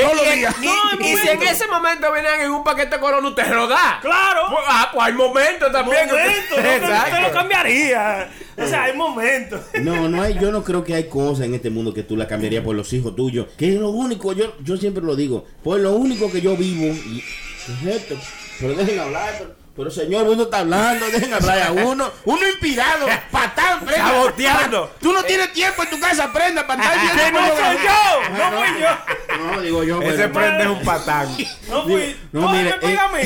Speaker 3: Todos los días.
Speaker 1: No, hay
Speaker 3: Y si en
Speaker 1: momentos.
Speaker 3: ese momento venían en un paquete de corona, usted lo da.
Speaker 1: Claro.
Speaker 3: Pues, ah, pues hay momentos también. que
Speaker 1: Momento, no
Speaker 3: usted-
Speaker 1: que usted lo
Speaker 3: Exacto.
Speaker 1: cambiaría. O sea, hay momentos.
Speaker 2: No, no hay, yo no creo que hay cosas en este mundo que tú la cambiarías por los hijos tuyos. Que es lo único, yo, yo siempre lo digo, pues lo único que yo vivo. Y, ¿qué es esto? Pero dejen hablar, pero, pero, señor, uno está hablando, dejen hablar a uno. Uno inspirado, patán, frente.
Speaker 3: Saboteando.
Speaker 2: Tú no tienes tiempo en tu casa, prenda, para estar viendo
Speaker 1: Que no soy
Speaker 2: pornografía.
Speaker 1: yo, no fui yo.
Speaker 2: Ah, No, digo yo,
Speaker 3: Ese
Speaker 2: pero-
Speaker 3: prende es un patán.
Speaker 1: No fui.
Speaker 2: No,
Speaker 1: No,
Speaker 2: mire,
Speaker 1: me pega
Speaker 2: eh.
Speaker 1: a mí.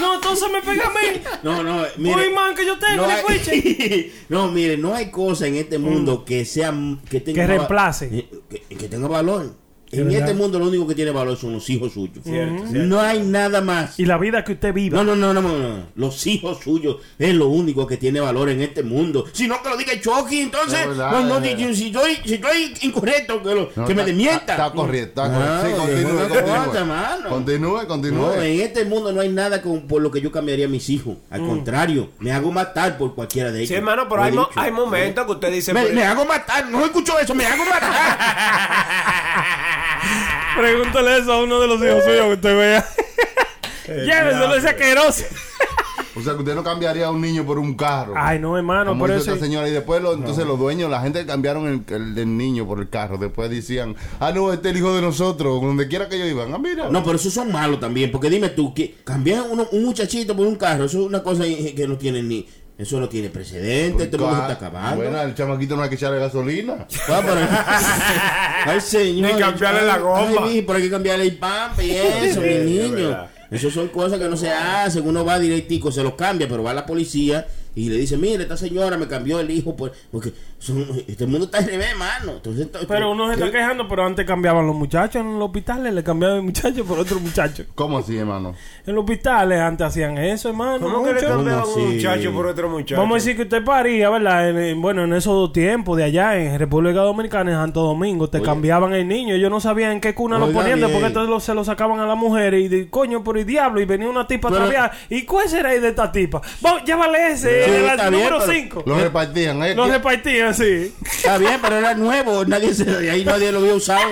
Speaker 1: No, entonces me pega a mí.
Speaker 2: No, no, mire.
Speaker 1: Un imán que yo tengo,
Speaker 2: no,
Speaker 1: le escuche.
Speaker 2: hay, *laughs* no, mire, no hay cosa en este mundo que sea que
Speaker 1: Mm. Que
Speaker 2: tenga va-
Speaker 1: reemplace.
Speaker 2: eh, que, que tenga valor. En
Speaker 1: verdad.
Speaker 2: este mundo lo único que tiene valor son los hijos suyos.
Speaker 1: Mm.
Speaker 3: Cierto, cierto.
Speaker 2: No hay nada más.
Speaker 1: Y la vida que usted viva.
Speaker 2: No, no, no, no, no, no. Los hijos suyos es lo único que tiene valor en este mundo. Si no, que lo diga el Chucky, entonces.
Speaker 4: Es verdad,
Speaker 2: no, no,
Speaker 4: es
Speaker 2: si-
Speaker 4: verdad.
Speaker 2: si, estoy, si estoy incorrecto, que, lo-
Speaker 4: No,
Speaker 2: que me
Speaker 4: está-
Speaker 2: desmienta.
Speaker 4: Está correcto, está
Speaker 2: Ah,
Speaker 4: correcto. Sí,
Speaker 2: oye,
Speaker 4: continúe,
Speaker 2: no, no, aguanta,
Speaker 4: continúe.
Speaker 2: mano.
Speaker 4: Continúe,
Speaker 2: No,
Speaker 4: continúe.
Speaker 2: en este mundo no hay nada con, por lo que yo cambiaría a mis hijos. Al contrario, me hago matar por cualquiera de ellos.
Speaker 3: Mm. Sí, hermano, pero
Speaker 2: Lo he
Speaker 3: hay, mo-
Speaker 2: dicho.
Speaker 3: hay momentos que usted dice.
Speaker 2: Me,
Speaker 3: pero-
Speaker 2: me hago matar, no escucho eso, me hago matar.
Speaker 1: Pregúntale eso a uno de los hijos suyos que usted vea. Lléveselo ese asqueroso.
Speaker 4: O sea, que usted no cambiaría a un niño por un carro.
Speaker 1: Ay, no, hermano,
Speaker 4: Como
Speaker 1: por
Speaker 4: hizo
Speaker 1: eso.
Speaker 4: esta señora y después lo- entonces los dueños, la gente cambiaron el, el, del niño por el carro. Después decían, ah no, este es el hijo de nosotros, donde quiera que ellos iban. Ah, mira.
Speaker 2: *laughs* No, pero esos son malos también, porque dime tú, que cambiar uno- un muchachito por un carro, eso es una cosa eh, que no tiene ni, eso no tiene
Speaker 3: Pues
Speaker 2: precedente, este mundo está acabando.
Speaker 4: Bueno, el chamaquito no hay que echarle gasolina.
Speaker 2: Ah,
Speaker 3: *laughs*
Speaker 2: pero- ay, señor.
Speaker 3: Ni cambiarle la goma.
Speaker 2: Ay, pero hay que cambiarle el pampa y eso, mi
Speaker 3: es
Speaker 2: niño.
Speaker 3: verdad.
Speaker 2: Eso son cosas que no se hacen. Uno va directico, se los cambia, pero va la policía y le dice, mire, esta señora me cambió el hijo por- porque son- este mundo está al revés, mano. Entonces, esto- eh,
Speaker 1: Pero uno se está
Speaker 2: ¿qué?
Speaker 1: quejando, pero antes cambiaban los muchachos en los hospitales, le cambiaban el muchacho por otro muchacho.
Speaker 4: ¿Cómo así, hermano?
Speaker 1: En los hospitales antes hacían eso, hermano.
Speaker 3: ¿Cómo que le
Speaker 1: mucho.
Speaker 3: cambiaban
Speaker 2: ¿Cómo
Speaker 3: un
Speaker 2: así?
Speaker 3: muchacho por otro muchacho?
Speaker 1: Vamos a decir que usted paría, ¿verdad? En- en- bueno, en esos dos tiempos de allá, en República Dominicana, en Santo Domingo, te cambiaban el niño. Ellos no sabían en qué cuna lo
Speaker 2: Oiga
Speaker 1: ponían,
Speaker 2: bien.
Speaker 1: porque entonces lo- se lo sacaban a la mujer y de, coño, por el diablo, y venía una tipa
Speaker 2: Pero-
Speaker 1: a trapear. ¿Y cuál será el de esta tipa? Vamos, llámale ese,
Speaker 2: Sí,
Speaker 1: el- el,
Speaker 2: está bien,
Speaker 1: número
Speaker 2: pero-
Speaker 1: 5.
Speaker 4: Lo repartían, ¿eh?
Speaker 1: Los repartían, sí.
Speaker 2: Está bien, pero era nuevo, nadie se, de ahí nadie lo había usado.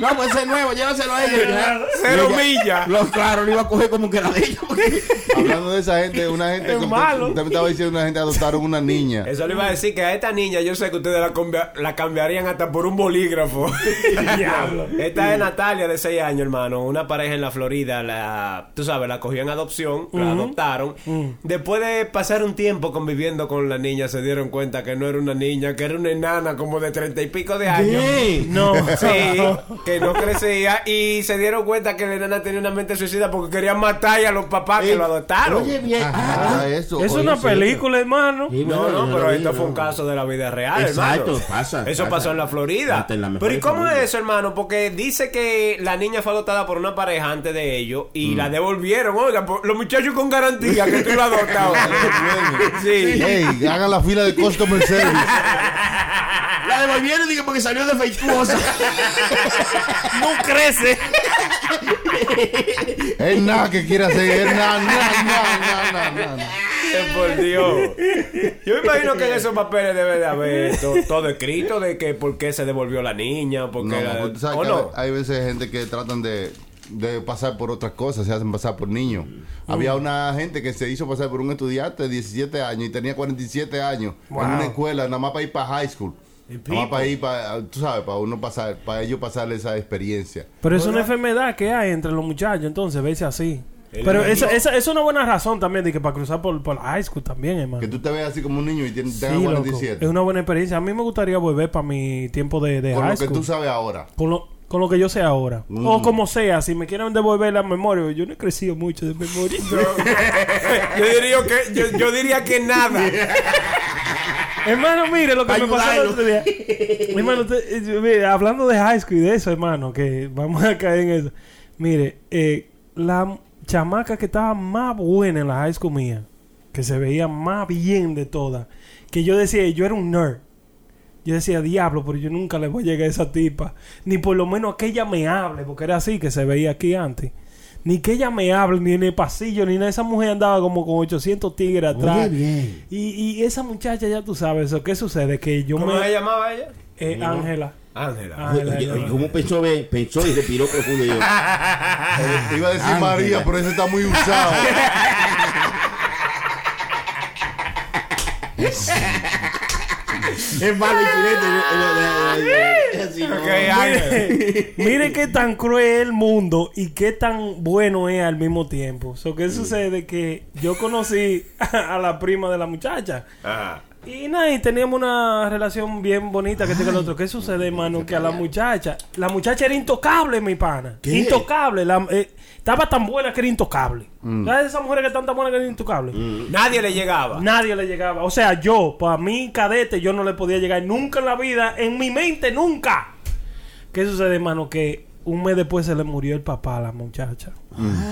Speaker 2: No, pues ese es nuevo, llévaselo a ella. "Ah".
Speaker 3: *laughs* Cero
Speaker 2: Ella-
Speaker 3: millas.
Speaker 2: Lo, claro, lo iba a coger como que era de ella.
Speaker 3: *laughs*
Speaker 2: porque-
Speaker 4: Hablando de esa gente, una
Speaker 1: *laughs*
Speaker 4: gente.
Speaker 1: Es
Speaker 4: que usted-
Speaker 1: malo.
Speaker 4: Usted me estaba diciendo una gente adoptaron una niña.
Speaker 3: Eso le iba a decir que a esta niña yo sé que ustedes la, combia- la cambiarían hasta por un bolígrafo.
Speaker 1: *laughs* Diablo.
Speaker 3: Esta es Natalia de 6 años, hermano. Una pareja en la Florida, la, tú sabes, la cogió en adopción, la adoptaron.
Speaker 1: Mm.
Speaker 3: Después de pasar un tiempo conviviendo con la niña, se dieron cuenta que no era una niña, que era una enana como de treinta y pico de años.
Speaker 2: Sí.
Speaker 1: No.
Speaker 3: Sí, que no crecía y se dieron cuenta que la enana tenía una mente suicida porque querían matar a los papás que lo adoptaron.
Speaker 2: Oye, bien.
Speaker 4: Ajá, Ah, eso.
Speaker 1: Es
Speaker 4: oye,
Speaker 1: una
Speaker 4: sí.
Speaker 1: película, hermano.
Speaker 2: Sí,
Speaker 3: No,
Speaker 2: bueno,
Speaker 3: no,
Speaker 2: lo
Speaker 3: pero
Speaker 2: vi,
Speaker 3: esto fue
Speaker 2: no.
Speaker 3: un caso de la vida real,
Speaker 2: Exacto,
Speaker 3: hermano.
Speaker 2: pasa,
Speaker 3: Eso
Speaker 2: pasa.
Speaker 3: pasó en la Florida.
Speaker 2: Hasta en la mejor
Speaker 3: pero ¿y cómo
Speaker 2: familia.
Speaker 3: es eso, hermano? Porque dice que la niña fue adoptada por una pareja antes de ellos y
Speaker 2: Mm.
Speaker 3: la devolvieron. Oiga, por- los muchachos con garantía que tú
Speaker 2: *laughs*
Speaker 3: la
Speaker 4: *laughs*
Speaker 3: adoptabas. sí.
Speaker 4: Ey, hagan la fila de customer service.
Speaker 2: La devolvieron dije, porque salió *laughs* defectuosa.
Speaker 1: No crece.
Speaker 4: Es nada que quiera hacer. Es nada, nada, nada, nada, nada.
Speaker 3: Ay, eh, Por Dios. Yo me imagino que en esos papeles debe de haber to- todo escrito de que por qué se devolvió la niña, por
Speaker 4: No,
Speaker 3: qué la-
Speaker 4: porque tú sabes
Speaker 3: ¿o
Speaker 4: que
Speaker 3: no?
Speaker 4: hay hay veces gente que tratan de, de pasar por otras cosas, se hacen pasar por niños.
Speaker 1: Mm.
Speaker 4: Había una gente que se hizo pasar por un estudiante de 17 años y tenía 47 años en una escuela, nada más para ir para high school. Nada más para ir para, tú sabes, para uno pasar, para ellos pasar esa experiencia.
Speaker 1: Pero es una enfermedad que hay entre los muchachos, entonces, veis así.
Speaker 3: El
Speaker 1: Pero
Speaker 3: niño.
Speaker 1: esa, esa- es una buena razón también de que para cruzar por, por la high school también, hermano.
Speaker 4: Que tú te veas así como un niño y tienes
Speaker 1: Sí,
Speaker 4: tengas
Speaker 1: loco.
Speaker 4: 47.
Speaker 1: Es una buena experiencia. A mí me gustaría volver para mi tiempo de, de
Speaker 4: Con
Speaker 1: high
Speaker 4: lo que
Speaker 1: school.
Speaker 4: tú sabes ahora.
Speaker 1: con, lo, con lo que yo sé ahora.
Speaker 4: Mm.
Speaker 1: O como sea, si me quieren devolver la memoria, yo no he crecido mucho de
Speaker 4: *laughs*
Speaker 1: memoria. *laughs*
Speaker 3: yo, diría que, yo, yo diría que nada.
Speaker 2: *laughs*
Speaker 1: hermano, mire lo que
Speaker 2: Pa'
Speaker 1: me pasó el
Speaker 2: ayudarlo.
Speaker 1: otro día. hermano, usted- eh, mire, hablando de high school y de eso, hermano, que vamos a caer en eso. Mire, eh, la chamaca que estaba más buena en la high school mía, que se veía más bien de todas, que yo decía, yo era un nerd. Yo decía, diablo, pero yo nunca le voy a llegar a esa tipa. Ni por lo menos que ella me hable, porque era así que se veía aquí antes. Ni que ella me hable, ni en el pasillo, ni nada. Esa mujer andaba como con 800 tigres atrás.
Speaker 2: bien.
Speaker 1: Y, y esa muchacha, ya tú sabes eso. ¿Qué sucede? Que yo
Speaker 3: ¿Cómo
Speaker 1: me...
Speaker 3: se llamaba ella?
Speaker 1: Eh, Ángela.
Speaker 3: Ángela.
Speaker 2: Ah.
Speaker 1: Ángela, Ángela.
Speaker 2: ¿Cómo pensó? ve? Pensó y respiró profundo. Yo.
Speaker 4: Eh, iba a decir
Speaker 2: Ángela.
Speaker 4: María, pero ese está
Speaker 1: *laughs*
Speaker 4: muy usado.
Speaker 2: *laughs* Es malo *laughs* el chilete.
Speaker 3: Ok,
Speaker 1: Ah.
Speaker 3: Ángela.
Speaker 1: *laughs* Mire qué tan cruel es el mundo y qué tan bueno es al mismo tiempo. So, ¿Qué sucede? Que yo conocí *laughs* a la prima de la muchacha.
Speaker 3: Ajá.
Speaker 1: Y nada, y teníamos una relación bien bonita que tengo el otro. ¿Qué sucede, hermano? Que a la muchacha, la muchacha era intocable, mi pana.
Speaker 2: ¿Qué?
Speaker 1: Intocable. la- eh, estaba tan buena que era intocable.
Speaker 3: Mm.
Speaker 1: ¿Sabes esas mujeres que están tan buenas que eran intocables?
Speaker 3: Nadie le llegaba.
Speaker 1: Nadie le llegaba. O sea, yo, para mí, cadete, yo no le podía llegar nunca en la vida, en mi mente, nunca. ¿Qué sucede, hermano? Que un mes después se le murió el papá a la muchacha.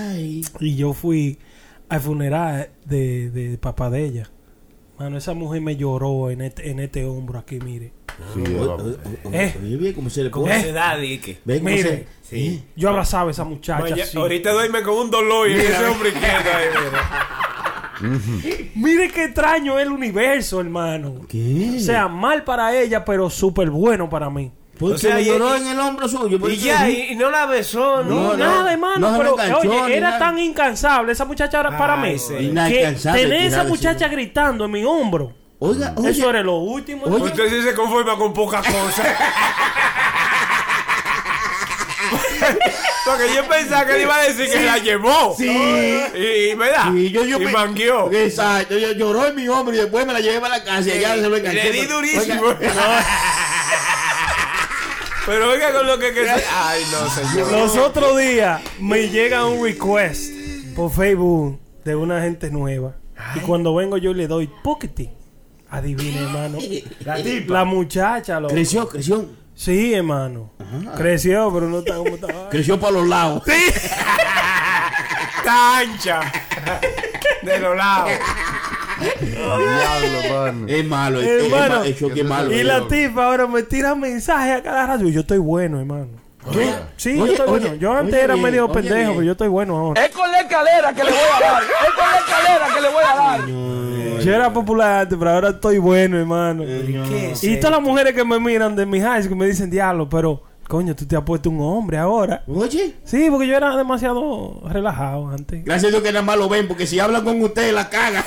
Speaker 2: Ay.
Speaker 1: Y yo fui al funeral de, de papá de ella. Mano, esa mujer me lloró en este, en este hombro aquí, mire.
Speaker 4: Sí,
Speaker 2: O- o-
Speaker 4: papá.
Speaker 2: o-
Speaker 1: Eh.
Speaker 2: Oye, ve cómo se le
Speaker 3: Como
Speaker 2: pone.
Speaker 3: se da, Dique.
Speaker 2: Ve cómo
Speaker 1: Mire.
Speaker 2: se. ¿Eh? Sí.
Speaker 1: Yo abrazaba a esa muchacha.
Speaker 3: Maña-
Speaker 1: así.
Speaker 3: Ahorita duerme con un dolor y ese hombre izquierdo ahí, mira.
Speaker 1: Mire qué extraño es el universo, hermano.
Speaker 2: ¿Qué?
Speaker 1: O sea, mal para ella, pero súper bueno para mí.
Speaker 2: Porque
Speaker 3: o sea,
Speaker 2: le
Speaker 3: y-
Speaker 2: lloró
Speaker 3: y-
Speaker 2: en el hombro suyo. por
Speaker 3: Y
Speaker 2: eso-
Speaker 3: ya, y, y no la besó,
Speaker 2: No,
Speaker 3: no.
Speaker 1: No, nada, hermano.
Speaker 2: no se
Speaker 1: pero,
Speaker 2: lo enganchó, ni
Speaker 1: oye, era
Speaker 2: nada.
Speaker 1: tan incansable esa muchacha era para
Speaker 3: Ay,
Speaker 1: mí.
Speaker 3: sí.
Speaker 1: Que
Speaker 2: Inalcanzable,
Speaker 1: tener esa
Speaker 2: tirada,
Speaker 1: muchacha gritando en mi hombro.
Speaker 2: Oiga, oye.
Speaker 1: Eso era lo último.
Speaker 2: Oye.
Speaker 3: Usted sí se conforma con pocas cosas. Porque yo pensaba que le iba a decir que la llevó.
Speaker 2: Sí.
Speaker 3: Y, y ¿verdad?
Speaker 2: Sí, yo, yo
Speaker 3: y
Speaker 2: me-
Speaker 3: mangueó.
Speaker 2: Exacto, yo lloró en mi hombro y después me la llevé para la casa y ya se lo enganché.
Speaker 3: Le di
Speaker 2: Pero-
Speaker 3: durísimo.
Speaker 2: Oiga,
Speaker 3: Pero oiga con lo que... que Ay, no, señor.
Speaker 1: Los otros días me llega un request por Facebook de una gente nueva. Y cuando vengo yo le doy pocketing. Adivina, hermano. La, muchacha, lo.
Speaker 2: creció, creció.
Speaker 1: Sí, hermano. Creció, pero no está *laughs* como estaba.
Speaker 2: Creció para los lados.
Speaker 3: Cancha. De los lados.
Speaker 4: Diablo, mano.
Speaker 1: Eh,
Speaker 2: Es malo, es, es,
Speaker 1: Hermano.
Speaker 2: ma- es choque
Speaker 4: Eso
Speaker 2: malo.
Speaker 4: es-
Speaker 1: Y
Speaker 2: eh.
Speaker 1: la tipa ahora me tira mensajes a cada rato. Y yo estoy bueno, hermano. Sí, yo estoy
Speaker 2: oye,
Speaker 1: bueno. Yo
Speaker 2: oye
Speaker 1: antes era
Speaker 2: bien,
Speaker 1: medio
Speaker 2: oye
Speaker 1: pendejo,
Speaker 2: bien.
Speaker 1: pero yo estoy bueno ahora.
Speaker 6: Es con la escalera que le voy a dar. Es con la escalera que le voy a dar.
Speaker 1: Yo era popular antes, pero ahora estoy bueno, hermano.
Speaker 3: ¿Qué es
Speaker 1: Y todas las mujeres que me miran de mi high school me dicen, diablo, pero coño, tú te has puesto un hombre ahora.
Speaker 2: Oye,
Speaker 1: Sí, porque yo era demasiado relajado antes.
Speaker 2: gracias a Dios que nada más lo ven, porque si hablan con ustedes
Speaker 1: *laughs*
Speaker 2: la cagan.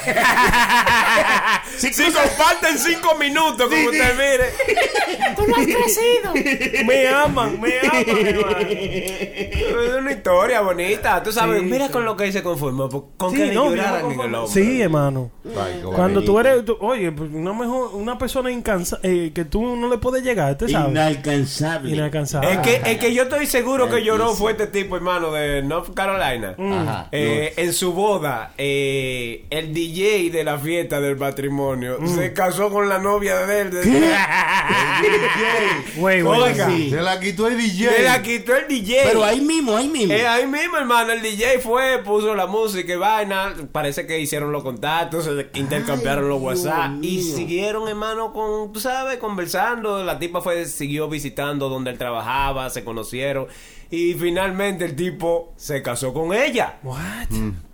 Speaker 3: Si comparten cinco minutos, como usted
Speaker 1: *laughs*
Speaker 3: mire.
Speaker 1: me aman, me aman, hermano.
Speaker 3: Es una historia bonita. Tú sabes, mira con lo que se conformó. por- Con que
Speaker 1: Sí,
Speaker 3: le
Speaker 1: no,
Speaker 3: lloraran
Speaker 1: me
Speaker 3: en el
Speaker 1: aman.
Speaker 3: hombro.
Speaker 1: sí, hermano.
Speaker 4: Ay, qué
Speaker 1: Cuando
Speaker 4: bonito.
Speaker 1: tú eres, tú- oye, pues, una mejor, una persona incansable que tú no le puedes llegar, ¿te sabes?
Speaker 2: Inalcanzable.
Speaker 1: Inalcanzable.
Speaker 3: Es que, es que yo estoy seguro que lloró fue este tipo, hermano, de North Carolina.
Speaker 1: Mm.
Speaker 4: Ajá.
Speaker 3: Eh, en su boda, eh, el DJ de la fiesta del matrimonio
Speaker 1: Mm.
Speaker 3: se casó con la novia de él. *laughs*
Speaker 1: Güey, güey,
Speaker 3: Oiga,
Speaker 1: sí.
Speaker 4: Se la quitó el DJ.
Speaker 3: se la quitó el DJ.
Speaker 2: Pero ahí mismo, ahí mismo.
Speaker 3: Eh, ahí mismo, hermano, el DJ fue, puso la música y vaina. Parece que hicieron los contactos, se intercambiaron los
Speaker 2: Dios
Speaker 3: WhatsApp y
Speaker 2: mío.
Speaker 3: siguieron, hermano, con, tú sabes, conversando. La tipa fue, siguió visitando donde él trabajaba, se conocieron y finalmente el tipo se casó con ella.
Speaker 1: What?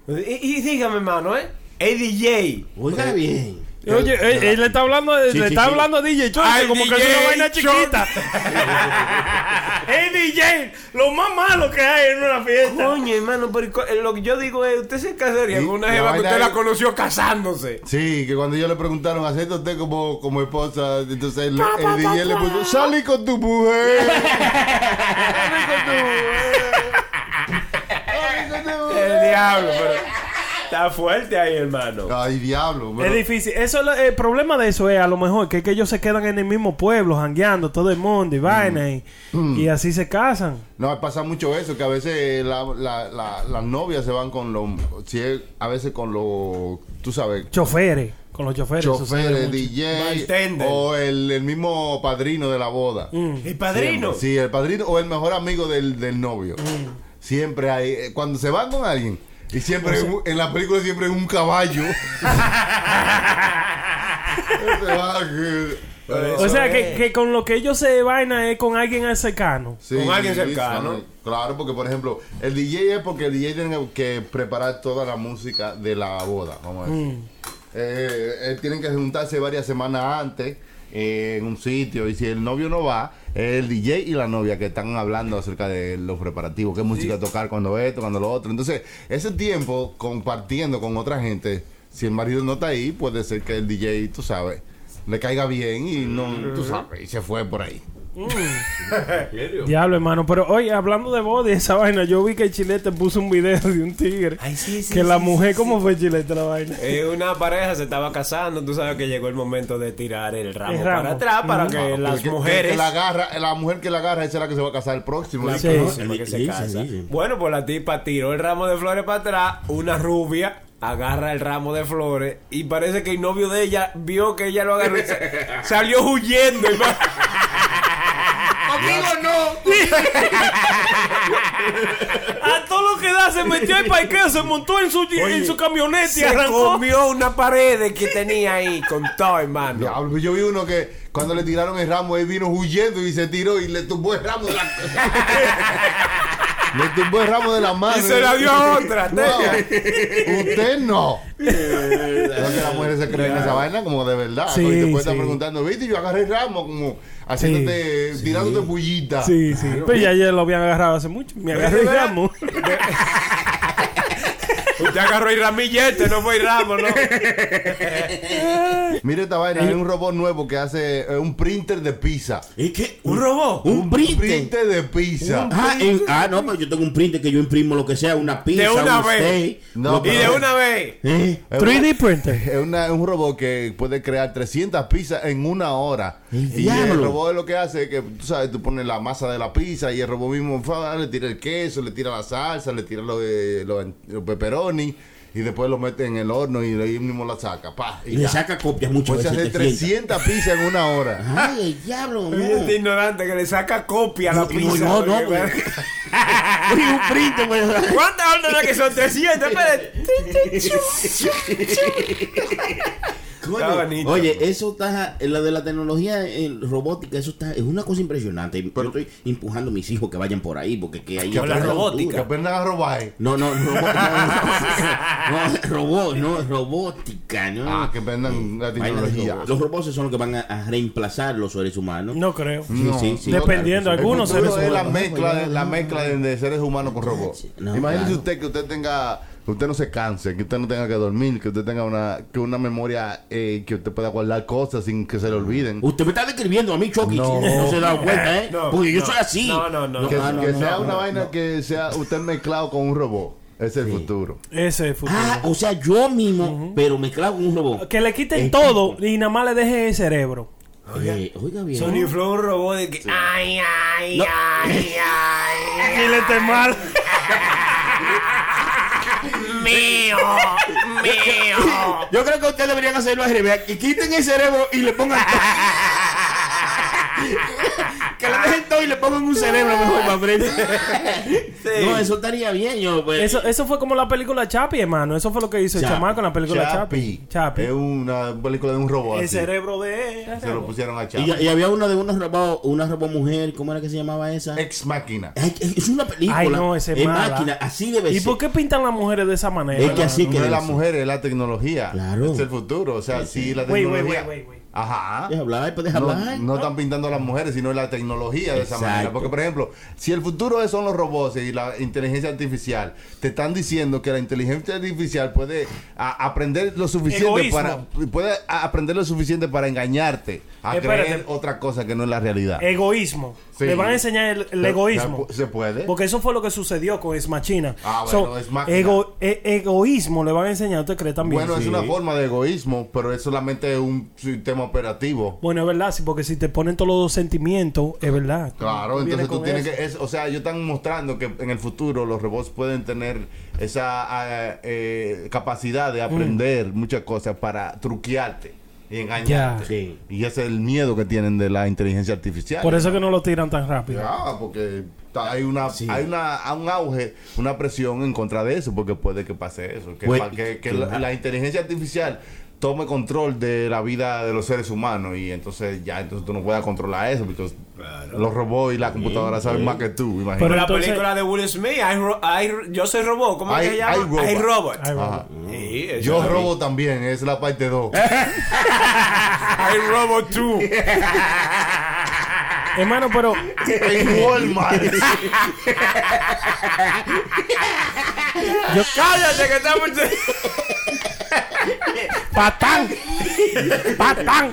Speaker 3: Y, y dígame, hermano, ¿eh? El DJ.
Speaker 2: Oiga
Speaker 1: eh.
Speaker 2: bien.
Speaker 1: Oye, eh, él, él le está hablando, de-
Speaker 2: Sí,
Speaker 1: le
Speaker 2: sí,
Speaker 1: está
Speaker 2: sí.
Speaker 1: hablando a DJ Chonche
Speaker 3: Ay,
Speaker 1: como que es
Speaker 3: DJ
Speaker 1: una vaina chiquita. es DJ, lo más malo que hay en una fiesta.
Speaker 3: Coño, hermano, pero co- eh, lo que yo digo es, usted se casaría
Speaker 4: Y
Speaker 3: con una
Speaker 4: la
Speaker 3: jeva que
Speaker 4: vaina
Speaker 3: usted la
Speaker 4: es-
Speaker 3: conoció casándose.
Speaker 4: Sí, que cuando ellos le preguntaron, ¿acepta usted como, como esposa? Entonces el, el DJ le puso, salí con tu mujer.
Speaker 1: *laughs*
Speaker 4: Salí con tu mujer. Salí con tu mujer.
Speaker 3: El diablo, pero está fuerte ahí, hermano.
Speaker 4: Ay, diablo.
Speaker 1: Es
Speaker 4: pero-
Speaker 1: difícil. Eso es lo- el problema de eso es a lo mejor que, es que ellos se quedan en el mismo pueblo, jangueando todo el mundo y vaina y, y así se casan.
Speaker 4: No, pasa mucho eso, que a veces la- la- la- las novias se van con los... si es- a veces con los... Tú sabes,
Speaker 1: Choferes, con los choferes. eso sucede
Speaker 4: choferes,
Speaker 1: mucho.
Speaker 4: DJ
Speaker 3: Bartender.
Speaker 4: o el, el mismo padrino de la boda.
Speaker 1: Mm.
Speaker 3: El padrino.
Speaker 4: Sí, el padrino o el mejor amigo del, del novio. Siempre hay... eh, Cuando se van con alguien... Y siempre, en, un- en la película siempre es un caballo. *laughs* Se va, eh,
Speaker 1: O sea que, que con lo que ellos se vaina es con alguien cercano.
Speaker 4: Sí,
Speaker 3: Con alguien
Speaker 4: sí,
Speaker 3: cercano.
Speaker 4: sí, Claro, porque por ejemplo, el DJ es porque el DJ tiene que preparar toda la música de la boda. Vamos a decir.
Speaker 3: Mm.
Speaker 4: Eh, eh, tienen que juntarse varias semanas antes eh, en un sitio. Y si el novio no va, es el DJ y la novia que están hablando acerca de los preparativos, qué música tocar, cuando esto, cuando lo otro. Entonces, ese tiempo compartiendo con otra gente, si el marido no está ahí, puede ser que el DJ, tú sabes, le caiga bien y no, tú sabes, y se fue por ahí.
Speaker 1: Diablo, hermano. Pero oye, hablando de body, esa vaina, yo vi que Chilete puso un video de un tigre.
Speaker 3: Ay, sí, sí,
Speaker 1: que
Speaker 3: sí,
Speaker 1: la
Speaker 3: sí,
Speaker 1: mujer,
Speaker 3: sí.
Speaker 1: ¿cómo fue Chilete la vaina?
Speaker 3: Eh, una pareja se estaba casando, tú sabes que llegó el momento de tirar el ramo,
Speaker 1: El ramo.
Speaker 3: para atrás para
Speaker 1: Ujú.
Speaker 3: que
Speaker 4: Ah,
Speaker 3: las
Speaker 4: porque el
Speaker 3: mujeres...
Speaker 4: que la, agarra, eh, la mujer que la agarra, esa es la que se va a casar el próximo.
Speaker 3: la
Speaker 1: Sí.
Speaker 3: próxima que
Speaker 2: Sí,
Speaker 3: se
Speaker 2: sí,
Speaker 3: casa.
Speaker 2: sí, sí.
Speaker 3: Bueno, pues la tipa tiró el ramo de flores para atrás, una rubia agarra el ramo de flores y parece que el novio de ella vio que ella lo agarró y *laughs* sa- *laughs*
Speaker 2: Ah.
Speaker 3: salió huyendo. hermano.
Speaker 2: Conmigo no.
Speaker 1: A todo lo que da se metió al parqueo, se montó en su, en su camioneta y
Speaker 3: Se
Speaker 1: arrancó.
Speaker 3: comió una pared que tenía ahí con todo, hermano.
Speaker 4: Diablo, yo vi uno que cuando le tiraron el ramo, él vino huyendo y se tiró y le tumbó el ramo
Speaker 3: *laughs*
Speaker 4: de la Le tumbó el ramo de la mano.
Speaker 3: Y se la dio a otra.
Speaker 4: No, usted no.
Speaker 3: *laughs* Eh,
Speaker 4: Creo que las mujeres se creen esa vaina como de verdad.
Speaker 1: Sí,
Speaker 4: ¿no? y después
Speaker 1: sí.
Speaker 4: están preguntando, viste, yo agarré el ramo como haciéndote, tirándote bullita.
Speaker 1: Sí, sí. Pero ya ayer lo habían agarrado hace mucho. Me agarré el ramo.
Speaker 3: Usted agarró el ramillete, no fue el ramo, ¿no?
Speaker 4: Mira esta vaina, hay un robot nuevo que hace eh, un printer de pizza.
Speaker 2: ¿Y qué?
Speaker 3: ¿Un robot?
Speaker 2: Un printer.
Speaker 4: Printer de pizza.
Speaker 2: Ah, en- ah, no, pero yo tengo un printer que yo imprimo lo que sea, una pizza,
Speaker 3: De una
Speaker 2: un
Speaker 3: vez.
Speaker 2: steak.
Speaker 4: No,
Speaker 2: lo
Speaker 3: Y
Speaker 2: que-
Speaker 3: de una vez.
Speaker 2: ¿Eh?
Speaker 4: Es
Speaker 1: 3D printer.
Speaker 4: Es una- es un robot que puede crear 300 pizzas en una hora.
Speaker 2: El
Speaker 4: Y el
Speaker 2: diablo.
Speaker 4: robot lo que hace es que, tú sabes, tú pones la masa de la pizza y el robot mismo fa, le tira el queso, le tira la salsa, le tira los, eh, los, los pepperoni y después lo mete en el horno y ahí mismo la saca. Pa, y
Speaker 2: Le
Speaker 4: ya.
Speaker 2: saca copias muchas
Speaker 4: Pues se hace
Speaker 2: veces. 300.
Speaker 4: 300 pizzas en una hora.
Speaker 2: Ay, el diablo, no.
Speaker 3: Este ignorante que le saca copia a la
Speaker 2: No,
Speaker 3: pizza.
Speaker 2: no, no,
Speaker 3: porque-
Speaker 2: pues. Oye, un printer, pues.
Speaker 3: ¿Cuántas órdenes que son 300? Espérate.
Speaker 2: Coño,
Speaker 3: Está bonito.
Speaker 2: Oye, eso está, la de la tecnología en robótica, eso está, es una cosa impresionante. Yo estoy empujando a mis hijos que vayan por ahí, porque que ahí
Speaker 4: Que
Speaker 2: está
Speaker 3: la
Speaker 2: locura.
Speaker 4: Que
Speaker 3: robótica.
Speaker 4: aprendan a robar.
Speaker 2: No, no, no, no, no, robot, no, robótica, no.
Speaker 4: Ah, que aprendan
Speaker 2: Vaina
Speaker 4: la
Speaker 2: de
Speaker 4: tecnología.
Speaker 2: robot. Los robots son los que van a, a reemplazar los seres humanos.
Speaker 1: No creo.
Speaker 2: Sí,
Speaker 4: No.
Speaker 2: sí, sí,
Speaker 1: Dependiendo,
Speaker 2: claro que sí.
Speaker 1: algunos
Speaker 4: El futuro
Speaker 1: seres
Speaker 4: es la
Speaker 1: humanos. Pues
Speaker 4: mezcla, de- la mezcla de, de seres humanos con robots.
Speaker 2: No,
Speaker 4: Imagínese
Speaker 2: claro.
Speaker 4: usted que usted tenga, que usted no se canse, que usted no tenga que dormir, que usted tenga una, que una memoria eh, que usted pueda guardar cosas sin que se le olviden.
Speaker 2: Usted me está describiendo a mí, Chucky.
Speaker 4: No.
Speaker 2: No, se da cuenta, ¿eh?
Speaker 3: No,
Speaker 2: Porque yo
Speaker 3: no.
Speaker 2: soy así.
Speaker 3: No, no, no.
Speaker 4: que
Speaker 2: ah, no,
Speaker 4: que
Speaker 2: no,
Speaker 4: sea
Speaker 2: no,
Speaker 4: una
Speaker 2: no.
Speaker 4: vaina que sea usted mezclado con un robot. Ese es
Speaker 1: *laughs*
Speaker 4: el futuro.
Speaker 1: Ese es el futuro.
Speaker 2: Ah, o sea, yo mismo, pero mezclado con un robot.
Speaker 1: Que le quiten todo y nada más le dejen el cerebro.
Speaker 2: Eh, oiga bien.
Speaker 3: Sony Flow, un robot de que. Ay, ay, ay, ay.
Speaker 1: Filete mal.
Speaker 3: Mío, mío.
Speaker 2: Yo creo que ustedes deberían hacerlo al revés. Y quiten el cerebro y le pongan. que le dejen todo y le pongan un cerebro mejor para frente. No, eso estaría bien, yo. Pues.
Speaker 1: Eso, eso fue como la película Chapi, hermano. Eso fue lo que hizo el
Speaker 2: Chapi.
Speaker 1: chamaco en la película Chapi. Chapi.
Speaker 4: Es una película de un robot.
Speaker 1: El
Speaker 4: así.
Speaker 1: cerebro de...
Speaker 4: Se lo pusieron a
Speaker 2: Y,
Speaker 4: Chapi.
Speaker 2: y había una de unos robots, una robot mujer, ¿cómo era que se llamaba esa?
Speaker 4: Ex máquina.
Speaker 2: Ay, es una película.
Speaker 1: Ay, no, ese es
Speaker 2: es
Speaker 1: mala.
Speaker 2: máquina, así debe
Speaker 1: ¿Y
Speaker 2: ser.
Speaker 1: por qué pintan las mujeres de esa manera?
Speaker 2: Es que así
Speaker 4: no
Speaker 2: que
Speaker 4: es la
Speaker 2: debe ser.
Speaker 4: mujer, es la tecnología.
Speaker 2: Claro.
Speaker 4: Es el futuro. O sea, sí, la
Speaker 1: Güey, güey,
Speaker 4: tecnología.
Speaker 1: güey, güey, güey.
Speaker 4: Ajá.
Speaker 2: Deja
Speaker 1: *laughs*
Speaker 2: hablar, pues deja
Speaker 4: no,
Speaker 2: hablar.
Speaker 4: no están pintando a las mujeres, sino la tecnología de esa
Speaker 2: Exacto.
Speaker 4: manera. Porque, por ejemplo, si el futuro es- son los robots y la inteligencia artificial, te están diciendo que la inteligencia artificial puede a- aprender lo suficiente
Speaker 1: Egoísmo.
Speaker 4: para puede a- aprender lo suficiente para engañarte a
Speaker 1: Espérate.
Speaker 4: creer otra cosa que no es la realidad.
Speaker 1: Ah. Egoísmo.
Speaker 4: Sí.
Speaker 1: Le van a enseñar el, el
Speaker 4: Se-
Speaker 1: egoísmo.
Speaker 4: se puede.
Speaker 1: Porque eso fue lo que sucedió con Esmachina. e,
Speaker 4: Ah, bueno, Ex Machina.
Speaker 1: egoísmo le van a enseñar. ¿Usted cree también?
Speaker 4: Bueno, es
Speaker 1: Sí.
Speaker 4: una forma de egoísmo, pero es solamente un sistema operativo.
Speaker 1: Bueno, es verdad, sí, porque si te ponen todos los sentimientos, es verdad.
Speaker 4: Claro,
Speaker 1: Viene
Speaker 4: entonces tú
Speaker 1: con
Speaker 4: tienes
Speaker 1: eso.
Speaker 4: que... es- o sea, ellos están mostrando que en el futuro los robots pueden tener esa ah, eh, capacidad de aprender muchas cosas para truquearte y engañarte.
Speaker 1: Mm. Ya.
Speaker 2: Sí.
Speaker 4: Y ese es el miedo que tienen de la inteligencia artificial.
Speaker 1: Por eso que no lo tiran tan rápido.
Speaker 4: Ya, Ah, porque ta- hay una hay una hay un auge, una presión en contra de eso, porque puede que pase eso, que,
Speaker 2: Pues,
Speaker 4: pa- que- que
Speaker 2: claro.
Speaker 4: la, la inteligencia artificial tome control de la vida de los seres humanos y entonces ya entonces tú no puedas controlar eso, porque los robots y la computadora saben más que tú, imagínate.
Speaker 1: Pero
Speaker 3: Pero la
Speaker 1: entonces-
Speaker 3: película de Will Smith, I ro- I ro- yo soy robot. ¿Cómo es
Speaker 4: I-
Speaker 3: que se llama?
Speaker 4: I, Robot.
Speaker 3: I robot.
Speaker 1: Ay, bueno.
Speaker 4: Ajá.
Speaker 3: Sí, eso
Speaker 4: Yo
Speaker 3: es.
Speaker 4: robo también, es la parte 2.
Speaker 2: *laughs*
Speaker 3: I robot 2.
Speaker 1: Hermano, pero
Speaker 4: en Walmart.
Speaker 2: *laughs*
Speaker 3: Cállate que estamos.
Speaker 2: ¡Patán! ¡Patán!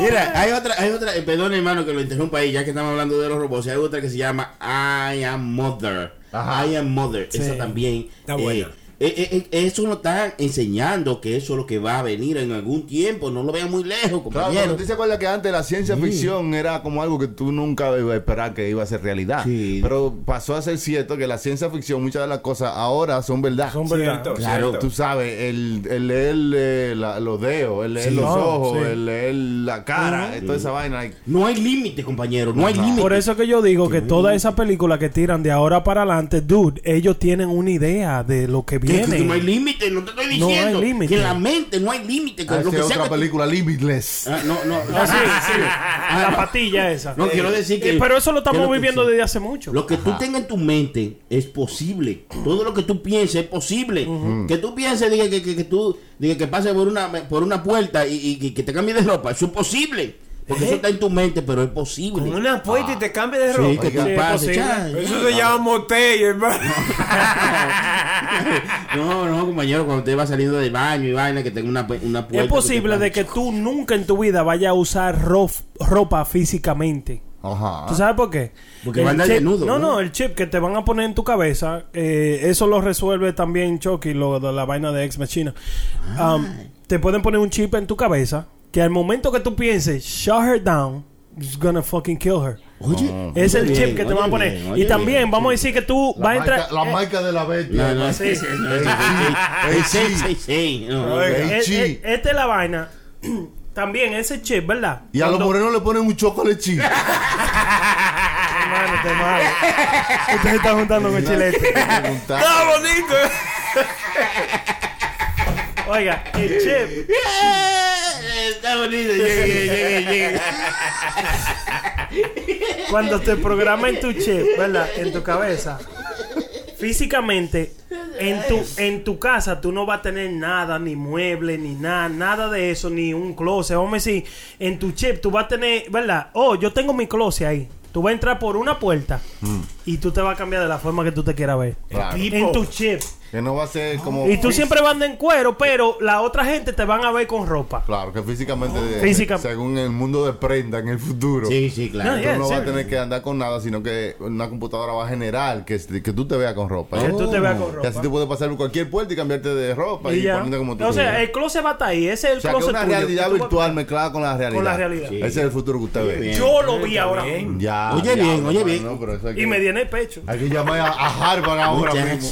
Speaker 2: Mira, hay otra, hay otra, eh, perdón hermano que lo interrumpa ahí, ya que estamos hablando de los robots, hay otra que se llama I Am Mother. I Am Mother, esa también.
Speaker 3: Está buena.
Speaker 2: eh, eh, eso lo están enseñando que eso es lo que va a venir en algún tiempo. No lo vean muy lejos,
Speaker 4: Claro,
Speaker 2: compañero.
Speaker 4: pero tú te acuerdas que antes la ciencia ficción era como algo que tú nunca ibas a esperar que iba a ser realidad.
Speaker 2: Sí.
Speaker 4: Pero pasó a ser cierto que la ciencia ficción, muchas de las cosas ahora son verdad.
Speaker 1: Son verdad.
Speaker 3: Cierto,
Speaker 2: Claro,
Speaker 3: cierto.
Speaker 4: Tú sabes, el, el leer eh, la- los dedos, el leer
Speaker 1: Sí.
Speaker 4: los
Speaker 1: No,
Speaker 4: ojos,
Speaker 1: sí.
Speaker 4: el leer la cara, eh, toda esa vaina. like,
Speaker 2: no hay límite, compañero. No hay límite.
Speaker 1: Por eso que yo digo que toda esa película que tiran de ahora para adelante, dude, ellos tienen una idea de lo que
Speaker 2: Que- que no hay
Speaker 1: viene.
Speaker 2: límite, no te estoy
Speaker 1: No hay
Speaker 2: diciendo.
Speaker 1: límite.
Speaker 2: Que en la mente no hay límite. Que
Speaker 4: hace
Speaker 2: lo que sea
Speaker 4: Ah, otra
Speaker 2: que-
Speaker 4: película, Limitless.
Speaker 2: Ah, no, no.
Speaker 1: Ah, sí, sí.
Speaker 2: Ah,
Speaker 1: La
Speaker 2: no.
Speaker 1: patilla esa.
Speaker 2: No, quiero decir que.
Speaker 1: Eh, pero eso lo
Speaker 2: que
Speaker 1: estamos
Speaker 2: que
Speaker 1: viviendo
Speaker 2: sea.
Speaker 1: desde hace mucho.
Speaker 2: Lo que tú tengas en tu mente es posible. Todo lo que tú pienses es posible. Que tú pienses, diga, que, que, que tú diga, que pases por una, por una puerta y, y que- que te cambies de ropa. Eso es posible. Porque
Speaker 1: Eh.
Speaker 2: eso está en tu mente, pero es posible.
Speaker 3: Con una puerta y te cambias de
Speaker 2: Sí,
Speaker 3: ropa.
Speaker 2: que tú
Speaker 1: Sí, es posible.
Speaker 2: pases. chay.
Speaker 3: Eso se llama motel, hermano. *laughs*
Speaker 2: *laughs* No, no, compañero, cuando usted va saliendo del baño y vaina, que tenga una, pu- una puerta.
Speaker 1: Es posible
Speaker 2: te-
Speaker 1: de que tú nunca en tu vida vayas a usar rof- ropa físicamente.
Speaker 4: Ajá.
Speaker 1: ¿Tú sabes por qué?
Speaker 2: Ah. Porque
Speaker 1: El
Speaker 2: va a andar
Speaker 1: chip-
Speaker 2: desnudo,
Speaker 1: No,
Speaker 2: ¿no?
Speaker 1: no, el chip que te van a poner en tu cabeza, eh, eso lo resuelve también Chucky, lo de la vaina de Ex Machina.
Speaker 2: Ah.
Speaker 1: Um, te pueden poner un chip en tu cabeza que al momento que tú pienses, shut her down, it's gonna fucking kill her.
Speaker 2: Oye,
Speaker 1: Es el
Speaker 2: Oh, oye
Speaker 1: chip
Speaker 2: bien,
Speaker 1: que te
Speaker 2: oye
Speaker 1: van a poner.
Speaker 2: bien,
Speaker 1: y
Speaker 2: oye
Speaker 1: también
Speaker 2: bien.
Speaker 1: vamos a decir que tú
Speaker 4: La,
Speaker 1: vas a
Speaker 4: marca,
Speaker 1: entrar.
Speaker 4: la
Speaker 1: eh, Ah,
Speaker 4: marca de la bestia.
Speaker 2: No, no,
Speaker 1: Sí,
Speaker 2: sí,
Speaker 1: sí,
Speaker 2: sí,
Speaker 1: no,
Speaker 4: Ey, sí.
Speaker 2: sí.
Speaker 4: Ey,
Speaker 1: eh,
Speaker 4: chi.
Speaker 1: eh, esta es la vaina. *clears throat* también ese chip, ¿verdad?
Speaker 4: Y a los
Speaker 1: Cuando-
Speaker 4: morenos le ponen un chocolate
Speaker 1: *laughs*
Speaker 4: chip.
Speaker 1: Hermano, te mal. Ustedes están juntando con chilete.
Speaker 3: Está Ah, bonito. eh.
Speaker 1: *laughs* Oiga, el chip.
Speaker 2: Está bonito, llegue, llegue, llegue.
Speaker 1: Cuando te programan tu chip, ¿verdad? En tu cabeza. Físicamente, en tu, en tu casa tú no vas a tener nada, ni mueble, ni nada, nada de eso, ni un closet. Vamos a decir, en tu chip tú vas a tener, ¿verdad? Oh, yo tengo mi closet ahí. Tú vas a entrar por una puerta y tú te vas a cambiar de la forma que tú te quieras ver.
Speaker 4: Claro.
Speaker 1: En tu chip.
Speaker 4: Que no va a ser como.
Speaker 1: Y tú siempre vas en cuero, pero la otra gente te van a ver con ropa.
Speaker 4: Claro, que físicamente, eh,
Speaker 1: Física-
Speaker 4: según el mundo de prenda en el futuro,
Speaker 2: Sí, sí, claro.
Speaker 1: No,
Speaker 4: tú no
Speaker 1: sí.
Speaker 4: vas a tener que andar con nada, sino que una computadora va a generar que, que tú te veas con ropa.
Speaker 1: Que tú te veas con
Speaker 4: Que así
Speaker 1: ropa.
Speaker 4: te puedes pasar por cualquier puerta y cambiarte de ropa y,
Speaker 1: Y ya.
Speaker 4: ponerte pues, como tú
Speaker 1: o sea,
Speaker 4: quieras.
Speaker 1: el closet va a estar ahí. Ese es el
Speaker 4: O sea, que
Speaker 1: closet
Speaker 4: una
Speaker 1: tuyo.
Speaker 4: realidad
Speaker 1: Tú vas-
Speaker 4: virtual mezclada con la realidad.
Speaker 1: la realidad.
Speaker 4: Ese es el futuro que usted ve.
Speaker 2: bien.
Speaker 1: Yo lo vi ahora mismo.
Speaker 4: Ya.
Speaker 2: Oye,
Speaker 4: ya,
Speaker 2: bien, oye,
Speaker 4: hermano,
Speaker 2: bien.
Speaker 4: no, pero eso hay
Speaker 1: Y
Speaker 4: que-
Speaker 1: me di en el pecho.
Speaker 4: Hay que llamar a, a Harvard ahora mismo.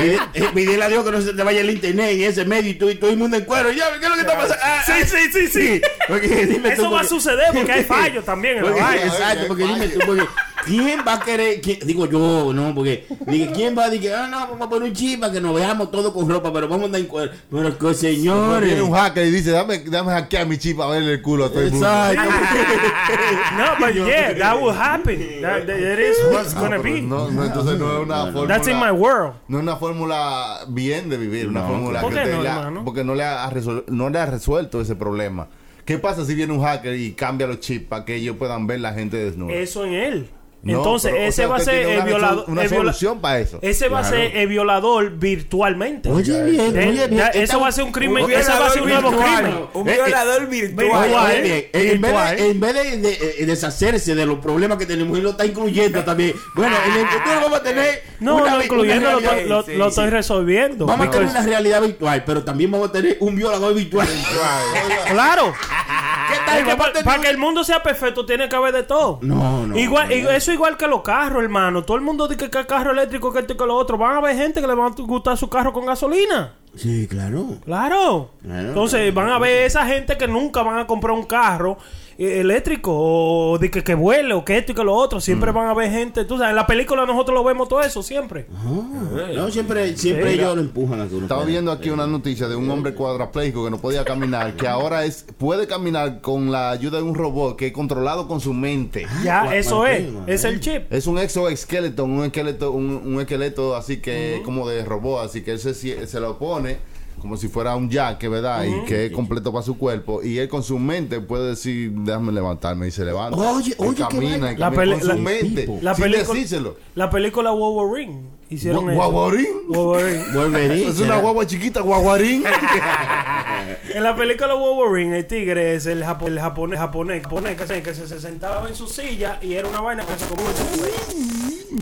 Speaker 2: Eh, eh, Pídele a Dios que no se te vaya el internet en ese medio y tú y todo el mundo en cuero. Ya, ¿qué es lo que está pasando? Ah,
Speaker 1: Sí, sí, sí, sí.
Speaker 2: porque dime tú,
Speaker 1: Eso va a
Speaker 2: porque-
Speaker 1: suceder porque
Speaker 4: *laughs*
Speaker 1: hay fallos también en la
Speaker 2: porque-
Speaker 1: vaina.
Speaker 2: exacto, porque dime tú, porque ¿quién va a querer? quién- digo yo, no, porque dije, ¿quién va a decir, ah, no, vamos a poner un chip para que nos veamos todos con ropa, pero vamos a andar en cuero? Pero que señores.
Speaker 4: Viene un hacker y dice, dame, dame hackear mi chip a verle el culo a todo el mundo.
Speaker 2: Exacto.
Speaker 1: *laughs* No, but yeah, that will happen. That, that- that is what's
Speaker 4: No,
Speaker 1: gonna
Speaker 4: Ah, pero
Speaker 1: be.
Speaker 4: No, no, entonces no es una fórmula.
Speaker 1: That's in my world.
Speaker 4: No es una fórmula bien de vivir, una fórmula
Speaker 1: ¿Por
Speaker 4: que
Speaker 1: qué
Speaker 4: te
Speaker 1: no,
Speaker 4: la-
Speaker 1: hermano?
Speaker 4: porque no le, ha resol- no le ha resuelto ese problema. ¿Qué pasa si viene un hacker y cambia los chips para que ellos puedan ver la gente desnuda?
Speaker 1: Eso en él.
Speaker 4: No,
Speaker 1: Eh, Entonces,
Speaker 4: pero, o
Speaker 1: ese
Speaker 4: sea,
Speaker 1: va a
Speaker 4: usted
Speaker 1: ser
Speaker 4: tiene
Speaker 1: el
Speaker 4: una resol-
Speaker 1: violador.
Speaker 4: Una
Speaker 1: el viola-
Speaker 4: solución para eso.
Speaker 1: Ese va a ser el violador virtualmente.
Speaker 2: Oye, bien,
Speaker 1: Eh,
Speaker 2: oye, bien.
Speaker 1: ya,
Speaker 2: está-
Speaker 1: eso va a ser un crimen.
Speaker 3: Un
Speaker 1: Ese va a ser un nuevo
Speaker 3: violador
Speaker 1: crimen.
Speaker 3: Un
Speaker 2: Eh, eh,
Speaker 3: violador
Speaker 2: Oye,
Speaker 3: virtual.
Speaker 1: virtual.
Speaker 2: oye, bien, en vez
Speaker 1: Igual.
Speaker 2: de, en vez de- de- eh, deshacerse de los problemas que tenemos, él lo está incluyendo también. Bueno, en el futuro vamos a tener.
Speaker 1: *laughs* No,
Speaker 2: una
Speaker 1: no,
Speaker 2: vi-
Speaker 1: incluyendo
Speaker 2: una
Speaker 1: lo,
Speaker 2: realidad-
Speaker 1: to- lo-
Speaker 3: sí,
Speaker 1: lo
Speaker 3: sí.
Speaker 1: estoy resolviendo.
Speaker 2: Vamos a tener
Speaker 1: Because-
Speaker 2: una realidad virtual, pero también vamos a tener un
Speaker 1: *laughs*
Speaker 2: violador virtual.
Speaker 1: Claro.
Speaker 2: ¿Qué
Speaker 1: Es que
Speaker 2: Aparte
Speaker 1: para,
Speaker 2: de-
Speaker 1: que el mundo sea perfecto tiene que haber de todo.
Speaker 2: No, no,
Speaker 1: Igual,
Speaker 2: no.
Speaker 1: i- Eso igual que los carros, hermano. Todo el mundo dice que el carro eléctrico, que esto y que lo otro. Van a haber gente que le va a gustar su carro con gasolina.
Speaker 2: Sí, claro.
Speaker 1: Claro.
Speaker 2: Claro.
Speaker 1: Entonces van a ver esa gente que nunca van a comprar un carro eh, eléctrico o de que, que vuele o que esto y que lo otro. Siempre
Speaker 2: Mm.
Speaker 1: van a haber gente. Tú sabes, en la película nosotros lo vemos todo eso siempre.
Speaker 2: Ah, no, siempre, siempre
Speaker 1: Sí.
Speaker 2: ellos lo empujan a que uno.
Speaker 4: Estaba
Speaker 2: pueda.
Speaker 4: viendo aquí una noticia de un hombre cuadrapléjico que no podía caminar, que ahora es puede caminar con la ayuda de un robot que es controlado con su mente.
Speaker 1: ya,
Speaker 2: Juan-
Speaker 1: eso
Speaker 2: Juan
Speaker 1: es.
Speaker 2: Pedro,
Speaker 1: Es
Speaker 2: ¿eh?
Speaker 1: el chip.
Speaker 4: Es un exoesqueleto, un esqueleto, un, un esqueleto así que como de robot, así que él se, sie- se lo pone como si fuera un jack, ¿verdad? Y que es completo para su cuerpo. Y él con su mente puede decir, déjame levantarme y se levanta.
Speaker 2: Oye,
Speaker 4: Y
Speaker 2: oye, qué
Speaker 4: camina,
Speaker 2: vaina.
Speaker 4: y
Speaker 1: La
Speaker 4: camina
Speaker 1: peli-
Speaker 4: con su
Speaker 1: la-
Speaker 4: mente.
Speaker 1: La
Speaker 4: sin
Speaker 1: película,
Speaker 4: decírselo.
Speaker 1: la película Wolverine Hicieron
Speaker 4: Gua-
Speaker 1: eso.
Speaker 4: Guaguarín.
Speaker 1: Wolverine.
Speaker 2: Wolverine.
Speaker 4: Es una
Speaker 2: será.
Speaker 4: guagua chiquita, guaguarín.
Speaker 1: *laughs* En la película Wolverine, el tigre es el, japo- el japonés, japonés, japonés que, se, que se- se sentaba en su silla y era una vaina que se comía.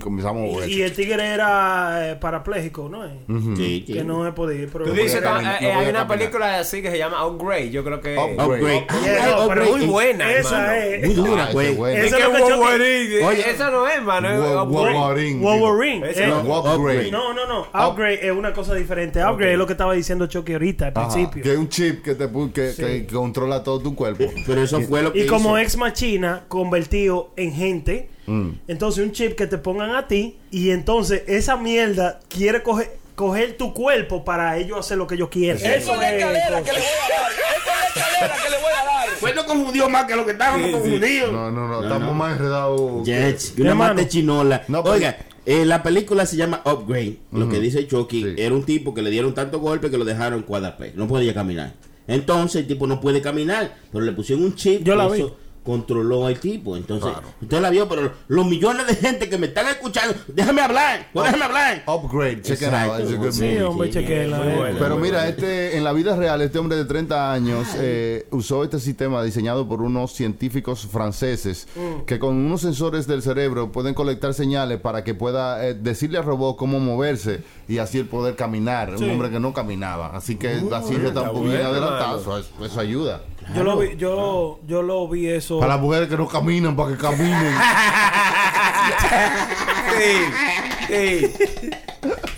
Speaker 4: Comenzamos
Speaker 2: Oh,
Speaker 4: a
Speaker 1: Y, y el tigre era eh, parapléjico, ¿no? Eh,
Speaker 2: Sí, sí.
Speaker 1: Que no me podía ir. Pero
Speaker 3: Tú dices,
Speaker 4: podía caminar,
Speaker 3: eh, eh,
Speaker 4: no
Speaker 3: hay
Speaker 4: podía
Speaker 3: una
Speaker 4: caminar.
Speaker 3: película así que se llama Outgrade, yo creo que...
Speaker 4: Upgrade.
Speaker 2: Upgrade.
Speaker 1: Ah,
Speaker 2: Ay,
Speaker 1: no,
Speaker 2: upgrade.
Speaker 1: pero
Speaker 3: Muy buena,
Speaker 1: Esa
Speaker 3: hermano.
Speaker 1: es.
Speaker 2: Muy dura,
Speaker 4: Ah, ese
Speaker 2: güey.
Speaker 4: es bueno.
Speaker 1: Esa
Speaker 3: Es
Speaker 1: es lo
Speaker 3: que
Speaker 1: que yo-
Speaker 3: Wolverine, eh.
Speaker 2: Oye,
Speaker 3: esa no es, mano. es
Speaker 4: Wa-
Speaker 3: Upgrade.
Speaker 4: Guaguarín. digo.
Speaker 1: Wolverine.
Speaker 3: Ese
Speaker 1: eh,
Speaker 4: No,
Speaker 2: Upgrade.
Speaker 4: upgrade.
Speaker 1: no, no, no. Upgrade es una cosa diferente. Upgrade es lo que estaba diciendo Chucky ahorita al
Speaker 4: Ajá,
Speaker 1: principio.
Speaker 4: Que hay un chip que te pu- que, que controla todo tu cuerpo.
Speaker 2: Pero eso fue lo que
Speaker 1: Y como
Speaker 2: hizo.
Speaker 1: ex machina convertido en gente,
Speaker 4: Mm.
Speaker 1: entonces un chip que te pongan a ti y entonces esa mierda quiere coger, coger tu cuerpo para ellos hacer lo que ellos quieren.
Speaker 6: Eso es la escalera que le voy a dar. Eso es la escalera que le voy a dar.
Speaker 2: Fue lo confundió más que lo que estábamos confundidos.
Speaker 4: No, no, no, estamos más enredados.
Speaker 2: Jets, una
Speaker 1: Hermano.
Speaker 2: mate chinola.
Speaker 4: No, pero-
Speaker 2: Oiga, eh, la película se llama Upgrade. Lo que dice Chucky
Speaker 4: Sí.
Speaker 2: era un tipo que le dieron tanto golpe que lo dejaron cuadrapé. No podía caminar. Entonces el tipo no puede caminar, pero le pusieron un chip.
Speaker 1: Yo la
Speaker 2: que
Speaker 1: vi.
Speaker 2: eso Controló al tipo. Entonces, usted la vio, pero los millones de gente que me están escuchando, déjame hablar, no, déjame hablar.
Speaker 4: Upgrade, check it out.
Speaker 2: Exacto.
Speaker 4: It's a good
Speaker 2: Sí,
Speaker 4: movie.
Speaker 1: hombre,
Speaker 2: sí,
Speaker 1: chequéala,
Speaker 2: muy
Speaker 1: eh.
Speaker 2: buena,
Speaker 4: Pero
Speaker 2: muy
Speaker 4: mira,
Speaker 2: buena.
Speaker 4: este, en la vida real, este hombre de 30 años eh, usó este sistema diseñado por unos científicos franceses
Speaker 2: Mm.
Speaker 4: que con unos sensores del cerebro pueden colectar señales para que pueda eh, decirle al robot cómo moverse y así el poder caminar. Un hombre que no caminaba. Así que
Speaker 2: Uh,
Speaker 4: la
Speaker 2: eh,
Speaker 4: ciencia está un poco bien
Speaker 3: bueno,
Speaker 4: adelantada. Eso, eso- eso ayuda.
Speaker 1: Yo lo vi, yo, yo lo vi eso.
Speaker 4: Ah. Para las mujeres que no caminan, para
Speaker 2: *laughs*
Speaker 4: que caminen.
Speaker 3: *laughs* Sí, sí.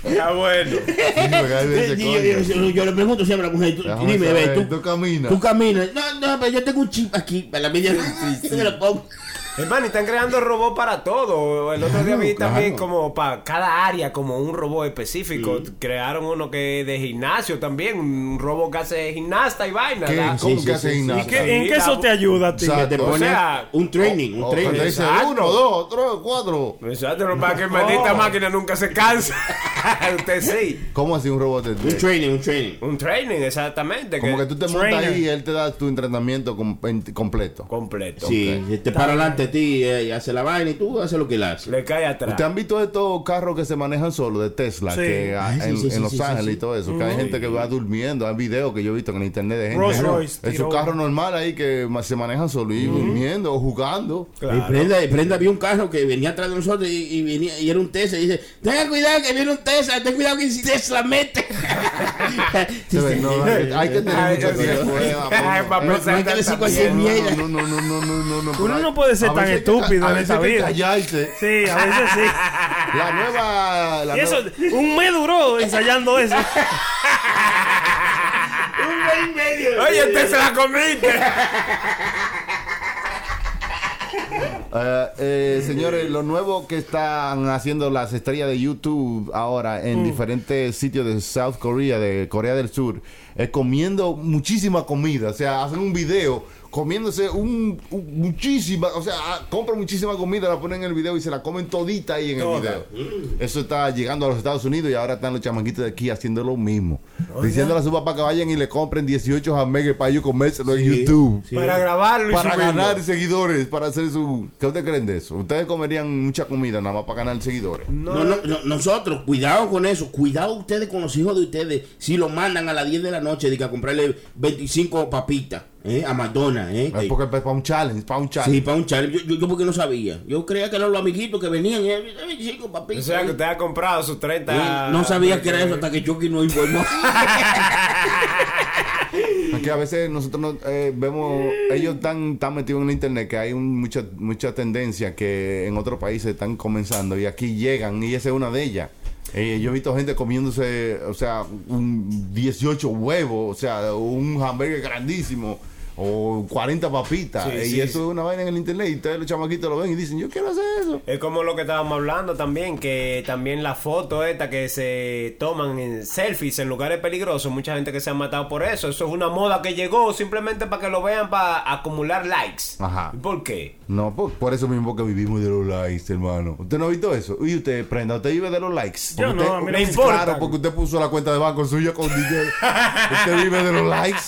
Speaker 3: Está bueno.
Speaker 4: Sí, porque hay veces,
Speaker 2: Sí,
Speaker 4: coño.
Speaker 2: yo, yo- yo le pregunto siempre a la mujer, tú-
Speaker 4: Déjame
Speaker 2: dime,
Speaker 4: saber,
Speaker 2: ve, tú,
Speaker 4: tú caminas.
Speaker 2: Tú caminas. No, no, pero yo tengo un chip aquí para la media. Se lo pongo.
Speaker 3: Hermano, y están creando robots para todo. El otro día vi
Speaker 4: Claro,
Speaker 3: también
Speaker 4: claro.
Speaker 3: como para cada área, como un robot específico. Crearon uno que es de gimnasio también, un robot que hace gimnasta y vaina.
Speaker 4: ¿Qué?
Speaker 3: ¿verdad?
Speaker 4: ¿Cómo
Speaker 2: sí,
Speaker 4: que
Speaker 2: sí,
Speaker 4: hace
Speaker 2: sí.
Speaker 4: gimnasia?
Speaker 1: ¿Y qué- ¿En qué eso te ayuda a ti?
Speaker 4: Exacto.
Speaker 2: Te
Speaker 4: O
Speaker 2: ponen
Speaker 3: sea,
Speaker 2: un training, un
Speaker 4: O Oh, cuando
Speaker 2: training.
Speaker 4: dice
Speaker 3: Exacto.
Speaker 4: uno, dos, tres, cuatro.
Speaker 3: Exacto, no para que maldita
Speaker 4: Oh.
Speaker 3: máquina nunca se cansa. *laughs* Usted sí.
Speaker 4: ¿Cómo así un robot de
Speaker 2: Un training, un training.
Speaker 3: Un training, exactamente.
Speaker 4: Como que tú te montas
Speaker 1: Trainer.
Speaker 4: ahí y él te da tu entrenamiento com- en- completo.
Speaker 3: Completo.
Speaker 2: Sí, te para delante de ti eh, y hace la vaina y tú haces lo que él hace.
Speaker 3: Le cae atrás.
Speaker 4: ¿Ustedes han visto estos carros que se manejan solo de Tesla
Speaker 1: Sí.
Speaker 4: que ah,
Speaker 2: Ay, sí,
Speaker 4: en,
Speaker 2: sí, sí,
Speaker 4: en Los
Speaker 2: sí, sí,
Speaker 4: Ángeles
Speaker 2: sí.
Speaker 4: y todo eso? Que hay gente que va durmiendo. Hay videos que yo he visto en el internet de gente.
Speaker 1: Rolls
Speaker 4: ¿no?
Speaker 1: Royce,
Speaker 4: en su
Speaker 1: tiró.
Speaker 4: carro normal ahí que ma- se manejan solo y durmiendo o jugando.
Speaker 2: Y Prenda, y Prenda vio un carro que venía atrás de nosotros y, y venía, y era un Tesla. Y dice: Tenga cuidado que viene un Tesla, ten cuidado que si Tesla
Speaker 4: *laughs*
Speaker 2: mete.
Speaker 4: Se ve, no, hay, hay que tener
Speaker 3: *laughs* Ay,
Speaker 4: mucho
Speaker 3: yo sí.
Speaker 4: tiempo, eh,
Speaker 3: *laughs* Ay,
Speaker 4: para-
Speaker 3: para
Speaker 2: No, no
Speaker 3: pensar
Speaker 2: hay que decir
Speaker 3: tantas
Speaker 2: cualquier
Speaker 3: mierdas.
Speaker 2: mierda.
Speaker 4: No, no, no, no, no, no, no. por
Speaker 1: Uno
Speaker 4: ahí.
Speaker 1: no puede ser
Speaker 4: A
Speaker 1: tan
Speaker 4: veces hay que ca-
Speaker 1: estúpido
Speaker 4: a
Speaker 1: en
Speaker 4: veces
Speaker 1: esta
Speaker 4: hay que
Speaker 1: vida.
Speaker 4: callarse.
Speaker 1: Sí, a veces sí.
Speaker 4: *laughs* La nueva. La
Speaker 1: Ah. Y eso,
Speaker 4: nueva-
Speaker 1: un mes duró ensayando eso.
Speaker 3: *laughs*
Speaker 4: *laughs*
Speaker 3: Oye, usted se la comiste.
Speaker 4: Eh, eh, señores, lo nuevo que están haciendo las estrellas de YouTube ahora en
Speaker 1: Mm.
Speaker 4: diferentes sitios de South Korea, de Corea del Sur, es comiendo muchísima comida. O sea, hacen un video comiéndose un, un- muchísima, o sea, ah, compran muchísima comida, la ponen en el video y se la comen todita ahí en
Speaker 3: Toda.
Speaker 4: el video. Eso está llegando a los Estados Unidos y ahora están los chamaquitos de aquí haciendo lo mismo. Diciéndole a su papá que vayan y le compren 18 jamegues para ellos comérselo en YouTube
Speaker 3: Para grabarlo y
Speaker 4: para
Speaker 3: subirlo.
Speaker 4: ganar seguidores, para hacer su... ¿Qué ustedes creen de eso? Ustedes comerían mucha comida nada más para ganar seguidores.
Speaker 2: No, no, no, nosotros, cuidado con eso. Cuidado ustedes con los hijos de ustedes. Si lo mandan a las 10 de la noche, diga, a comprarle 25 papitas ¿eh? a Madonna. ¿eh?
Speaker 3: Ah,
Speaker 4: Es Ah, porque es para un challenge, para un
Speaker 2: Sí,
Speaker 4: challenge.
Speaker 2: para un challenge. Yo, yo, yo porque no sabía. Yo creía que eran los amiguitos que venían. y, eh, 25
Speaker 3: O
Speaker 2: papitas.
Speaker 3: sea, que usted ha comprado sus 30.
Speaker 2: Eh, no sabía que era eso hasta que Chucky no
Speaker 3: *laughs*
Speaker 2: informó.
Speaker 4: Aquí a veces nosotros no, eh, vemos, ellos están tan metidos en el internet que hay un- mucha, mucha tendencia que en otros países están comenzando y aquí llegan y esa es una de ellas. Eh, yo he visto gente comiéndose, o sea, un 18 huevos, o sea, un hamburger grandísimo. O 40 papitas.
Speaker 3: Sí,
Speaker 4: eh,
Speaker 3: sí,
Speaker 4: y eso es una vaina en el internet. Y ustedes los chamaquitos lo ven y dicen, yo quiero hacer eso.
Speaker 3: Es como lo que estábamos hablando también, que también la foto esta que se toman en selfies en lugares peligrosos, mucha gente que se ha matado por eso. Eso es una moda que llegó simplemente para que lo vean para acumular likes.
Speaker 4: Ajá.
Speaker 3: ¿Por qué?
Speaker 4: No, por, por eso mismo que vivimos de los likes, hermano. ¿Usted no ha visto eso? Y usted, prenda, usted vive de los likes.
Speaker 1: Yo
Speaker 4: Porque
Speaker 1: no,
Speaker 4: usted-
Speaker 1: a mí no
Speaker 4: claro,
Speaker 1: me importan.
Speaker 4: porque usted puso la cuenta de banco suya
Speaker 1: *laughs*
Speaker 4: con dinero. usted vive de los likes.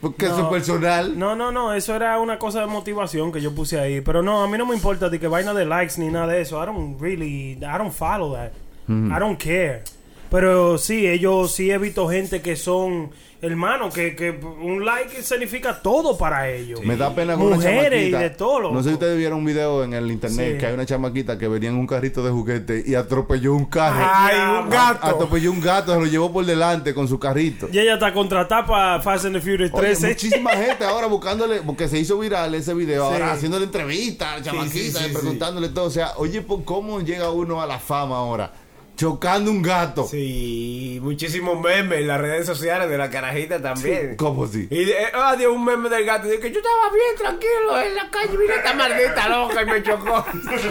Speaker 4: Porque eso es personal.
Speaker 1: No, no, no, eso era una cosa de motivación que yo puse ahí. Pero no, a mí no me importa de que vaina de likes ni nada de eso. I don't really, I don't follow that.
Speaker 4: Mm-hmm.
Speaker 1: I don't care. Pero sí, ellos sí he visto gente que son hermanos, que, que un like significa todo para ellos.
Speaker 4: Me da pena con una
Speaker 1: Mujeres y
Speaker 4: chamaquita.
Speaker 1: de todo. loco.
Speaker 4: No sé si ustedes vieron un video en el internet
Speaker 1: Sí.
Speaker 4: que hay una chamaquita que venía en un carrito de juguete y atropelló un carro.
Speaker 1: Ay, un
Speaker 3: gato.
Speaker 4: Atropelló un gato, se lo llevó por delante con su carrito.
Speaker 1: Y ella está contratada para Fast and the Furious eh.
Speaker 4: Oye,
Speaker 1: 13.
Speaker 4: muchísima gente ahora buscándole, porque se hizo viral ese video, ahora haciéndole entrevistas a la chamaquita, eh, preguntándole todo. O sea, oye, ¿por ¿cómo llega uno a la fama ahora? Chocando un gato.
Speaker 3: Sí, muchísimos memes en las redes sociales de la carajita también.
Speaker 4: ¿Cómo así?
Speaker 3: Y de- eh, ah, dio un meme del gato. Dice que yo estaba bien tranquilo en la calle. Mira esta maldita loca y me chocó. *laughs*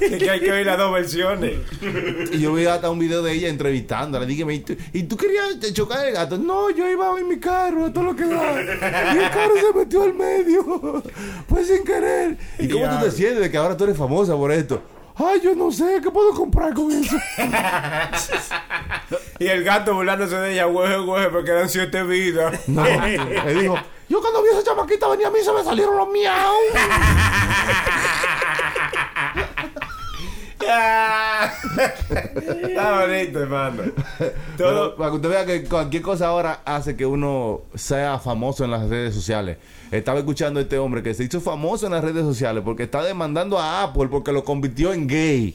Speaker 3: Es que hay que oír las dos versiones.
Speaker 4: Y yo vi hasta un video de ella entrevistándola. Dígame, ¿y tú, y tú querías ch- chocar el gato? No, yo iba en mi carro, a todo lo que da. Y el carro se metió al medio. Pues sin querer. ¿Y cómo tú te sientes de que ahora tú eres famosa por esto? Ay, yo no sé, ¿qué puedo comprar con eso?
Speaker 3: Y el gato burlándose de ella, güey, güey, porque dan siete vidas. *laughs*
Speaker 4: *laughs* No. Él dijo, yo cuando vi a esa chamaquita venía a mí se me salieron los miau.
Speaker 3: Ah. Está bonito, hermano.
Speaker 4: Pero
Speaker 3: Todo.
Speaker 4: para que usted vea que cualquier cosa ahora hace que uno sea famoso en las redes sociales. Estaba escuchando a este hombre que se hizo famoso en las redes sociales porque está demandando a Apple porque lo convirtió en gay.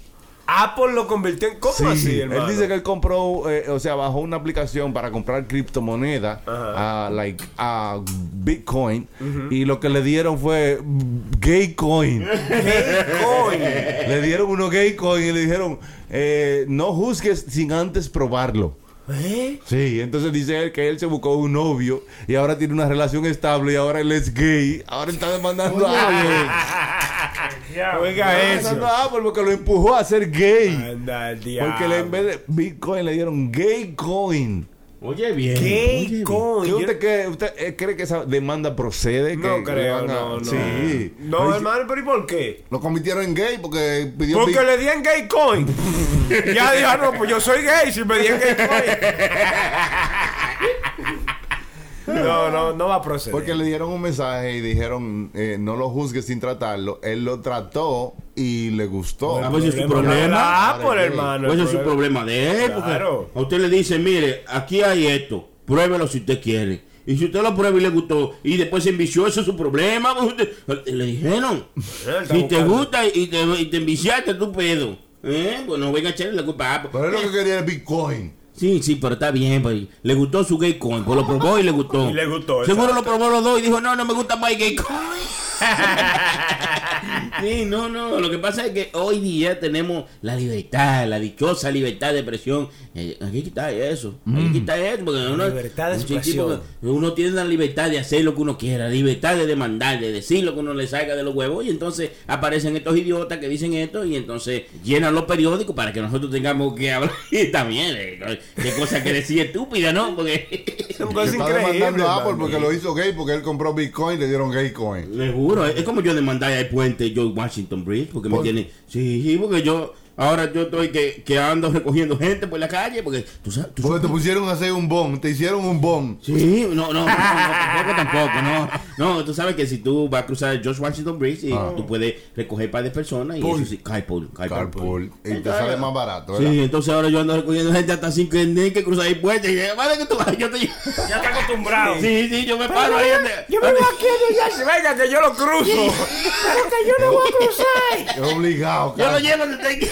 Speaker 3: Apple lo convirtió en. ¿Cómo así, hermano?
Speaker 4: Él dice que él compró, eh, o sea, bajó una aplicación para comprar criptomoneda, a, like a Bitcoin, y lo que le dieron fue mm, gay
Speaker 3: *laughs*
Speaker 4: coin.
Speaker 3: Coño.
Speaker 4: le dieron uno gay coin y le dijeron, eh, no juzgues sin antes probarlo.
Speaker 3: ¿Eh?
Speaker 4: Sí, entonces dice él que él se buscó un novio y ahora tiene una relación estable y ahora él es gay. Ahora está demandando a Apple.
Speaker 3: Oiga
Speaker 4: Demandando
Speaker 3: eso.
Speaker 4: a Apple porque lo empujó a ser gay.
Speaker 3: Anda, el diablo.
Speaker 4: Porque le- en vez de Bitcoin le dieron gay coin.
Speaker 2: Oye, bien. oye,
Speaker 3: ¿Qué
Speaker 2: bien.
Speaker 3: coño?
Speaker 4: ¿Qué usted, cree? ¿Usted, eh, cree que esa demanda procede?
Speaker 3: No
Speaker 4: que le
Speaker 3: creo,
Speaker 4: van a-
Speaker 3: no, no.
Speaker 4: Sí.
Speaker 3: No, hermano, pero ¿y por qué?
Speaker 4: Lo convirtieron en gay porque pidió
Speaker 3: Porque
Speaker 4: Bit-
Speaker 3: le di en gay
Speaker 4: *laughs*
Speaker 3: coin. ya dijo, ah, no, pues yo soy gay si me di en gay coin. no, no, no va a proceder.
Speaker 4: porque le dieron un mensaje y dijeron eh, no lo juzgues sin tratarlo. Él lo trató y le gustó.
Speaker 2: Ah, pues es su problema.
Speaker 3: Ah, por
Speaker 4: Ahora,
Speaker 3: hermano.
Speaker 2: Pues
Speaker 3: el
Speaker 2: es su
Speaker 3: problema.
Speaker 2: problema de él. porque
Speaker 3: Claro.
Speaker 2: A usted le dice, mire, aquí hay esto. Pruébelo si usted quiere. Y si usted lo prueba y le gustó y después se envició, eso es su problema. pues usted- Le dijeron.
Speaker 3: él está
Speaker 2: si te
Speaker 3: buscando.
Speaker 2: gusta y te, y te enviciaste, tu pedo. ¿Eh? Pues no venga a echarle la culpa a Apple.
Speaker 4: Pero él lo que quería era Bitcoin.
Speaker 2: Sí, sí, pero está bien, pues. Le gustó su gay coin, pues lo probó y le gustó.
Speaker 3: *laughs* Y le gustó,
Speaker 2: Seguro
Speaker 3: exacto.
Speaker 2: lo probó los dos y dijo, no, no me gusta más el gay coin. sí, no, no. Lo que pasa es que hoy día tenemos la libertad, la dichosa libertad de expresión. Eh, hay que quitar eso. Hay que quitar eso. Porque uno,
Speaker 3: Mm. libertad de
Speaker 2: un chiquito,
Speaker 3: expresión.
Speaker 2: uno tiene la libertad de hacer lo que uno quiera, libertad de demandar, de decir lo que uno le salga de los huevos. Y entonces aparecen estos idiotas que dicen esto y entonces llenan los periódicos para que nosotros tengamos que hablar. *laughs* Y también, eh, qué cosa que decir estúpida, ¿no? Porque. *laughs*
Speaker 3: Son
Speaker 4: Le
Speaker 3: cosas
Speaker 4: está
Speaker 3: increíbles.
Speaker 4: demandando a Apple
Speaker 3: hermano.
Speaker 4: porque lo hizo gay porque él compró Bitcoin y le dieron gay coin.
Speaker 2: Le juro, es es como yo demandar al puente George Washington Bridge, porque me
Speaker 4: Por-
Speaker 2: tiene. Sí, sí, porque yo. Ahora yo estoy que, que ando recogiendo gente por la calle, porque tú sabes. Tú
Speaker 4: Porque te
Speaker 2: supiste-
Speaker 4: pusieron a hacer un bomb, te hicieron un bomb.
Speaker 2: Sí, no, no, no, no, tampoco, tampoco, no. No, tú sabes que si tú vas a cruzar el George Washington Bridge, y
Speaker 4: Ah.
Speaker 2: tú puedes recoger par de personas y eso sí, carpool, carpool.
Speaker 4: Carpool. Y te
Speaker 2: Entonces,
Speaker 4: sale más barato, ¿verdad?
Speaker 2: Sí, entonces ahora yo ando recogiendo gente hasta sin que ni que cruzar el puente. Y yo, "Vale, que tú vas, yo te llevo".
Speaker 1: Ya está acostumbrado.
Speaker 2: Sí, sí, yo me paro ahí. donde-
Speaker 3: Yo me voy aquí, yo
Speaker 4: *laughs*
Speaker 3: ya se- venga que yo lo cruzo.
Speaker 4: Es obligado,
Speaker 2: Yo lo
Speaker 4: cara.
Speaker 2: llevo donde tengo.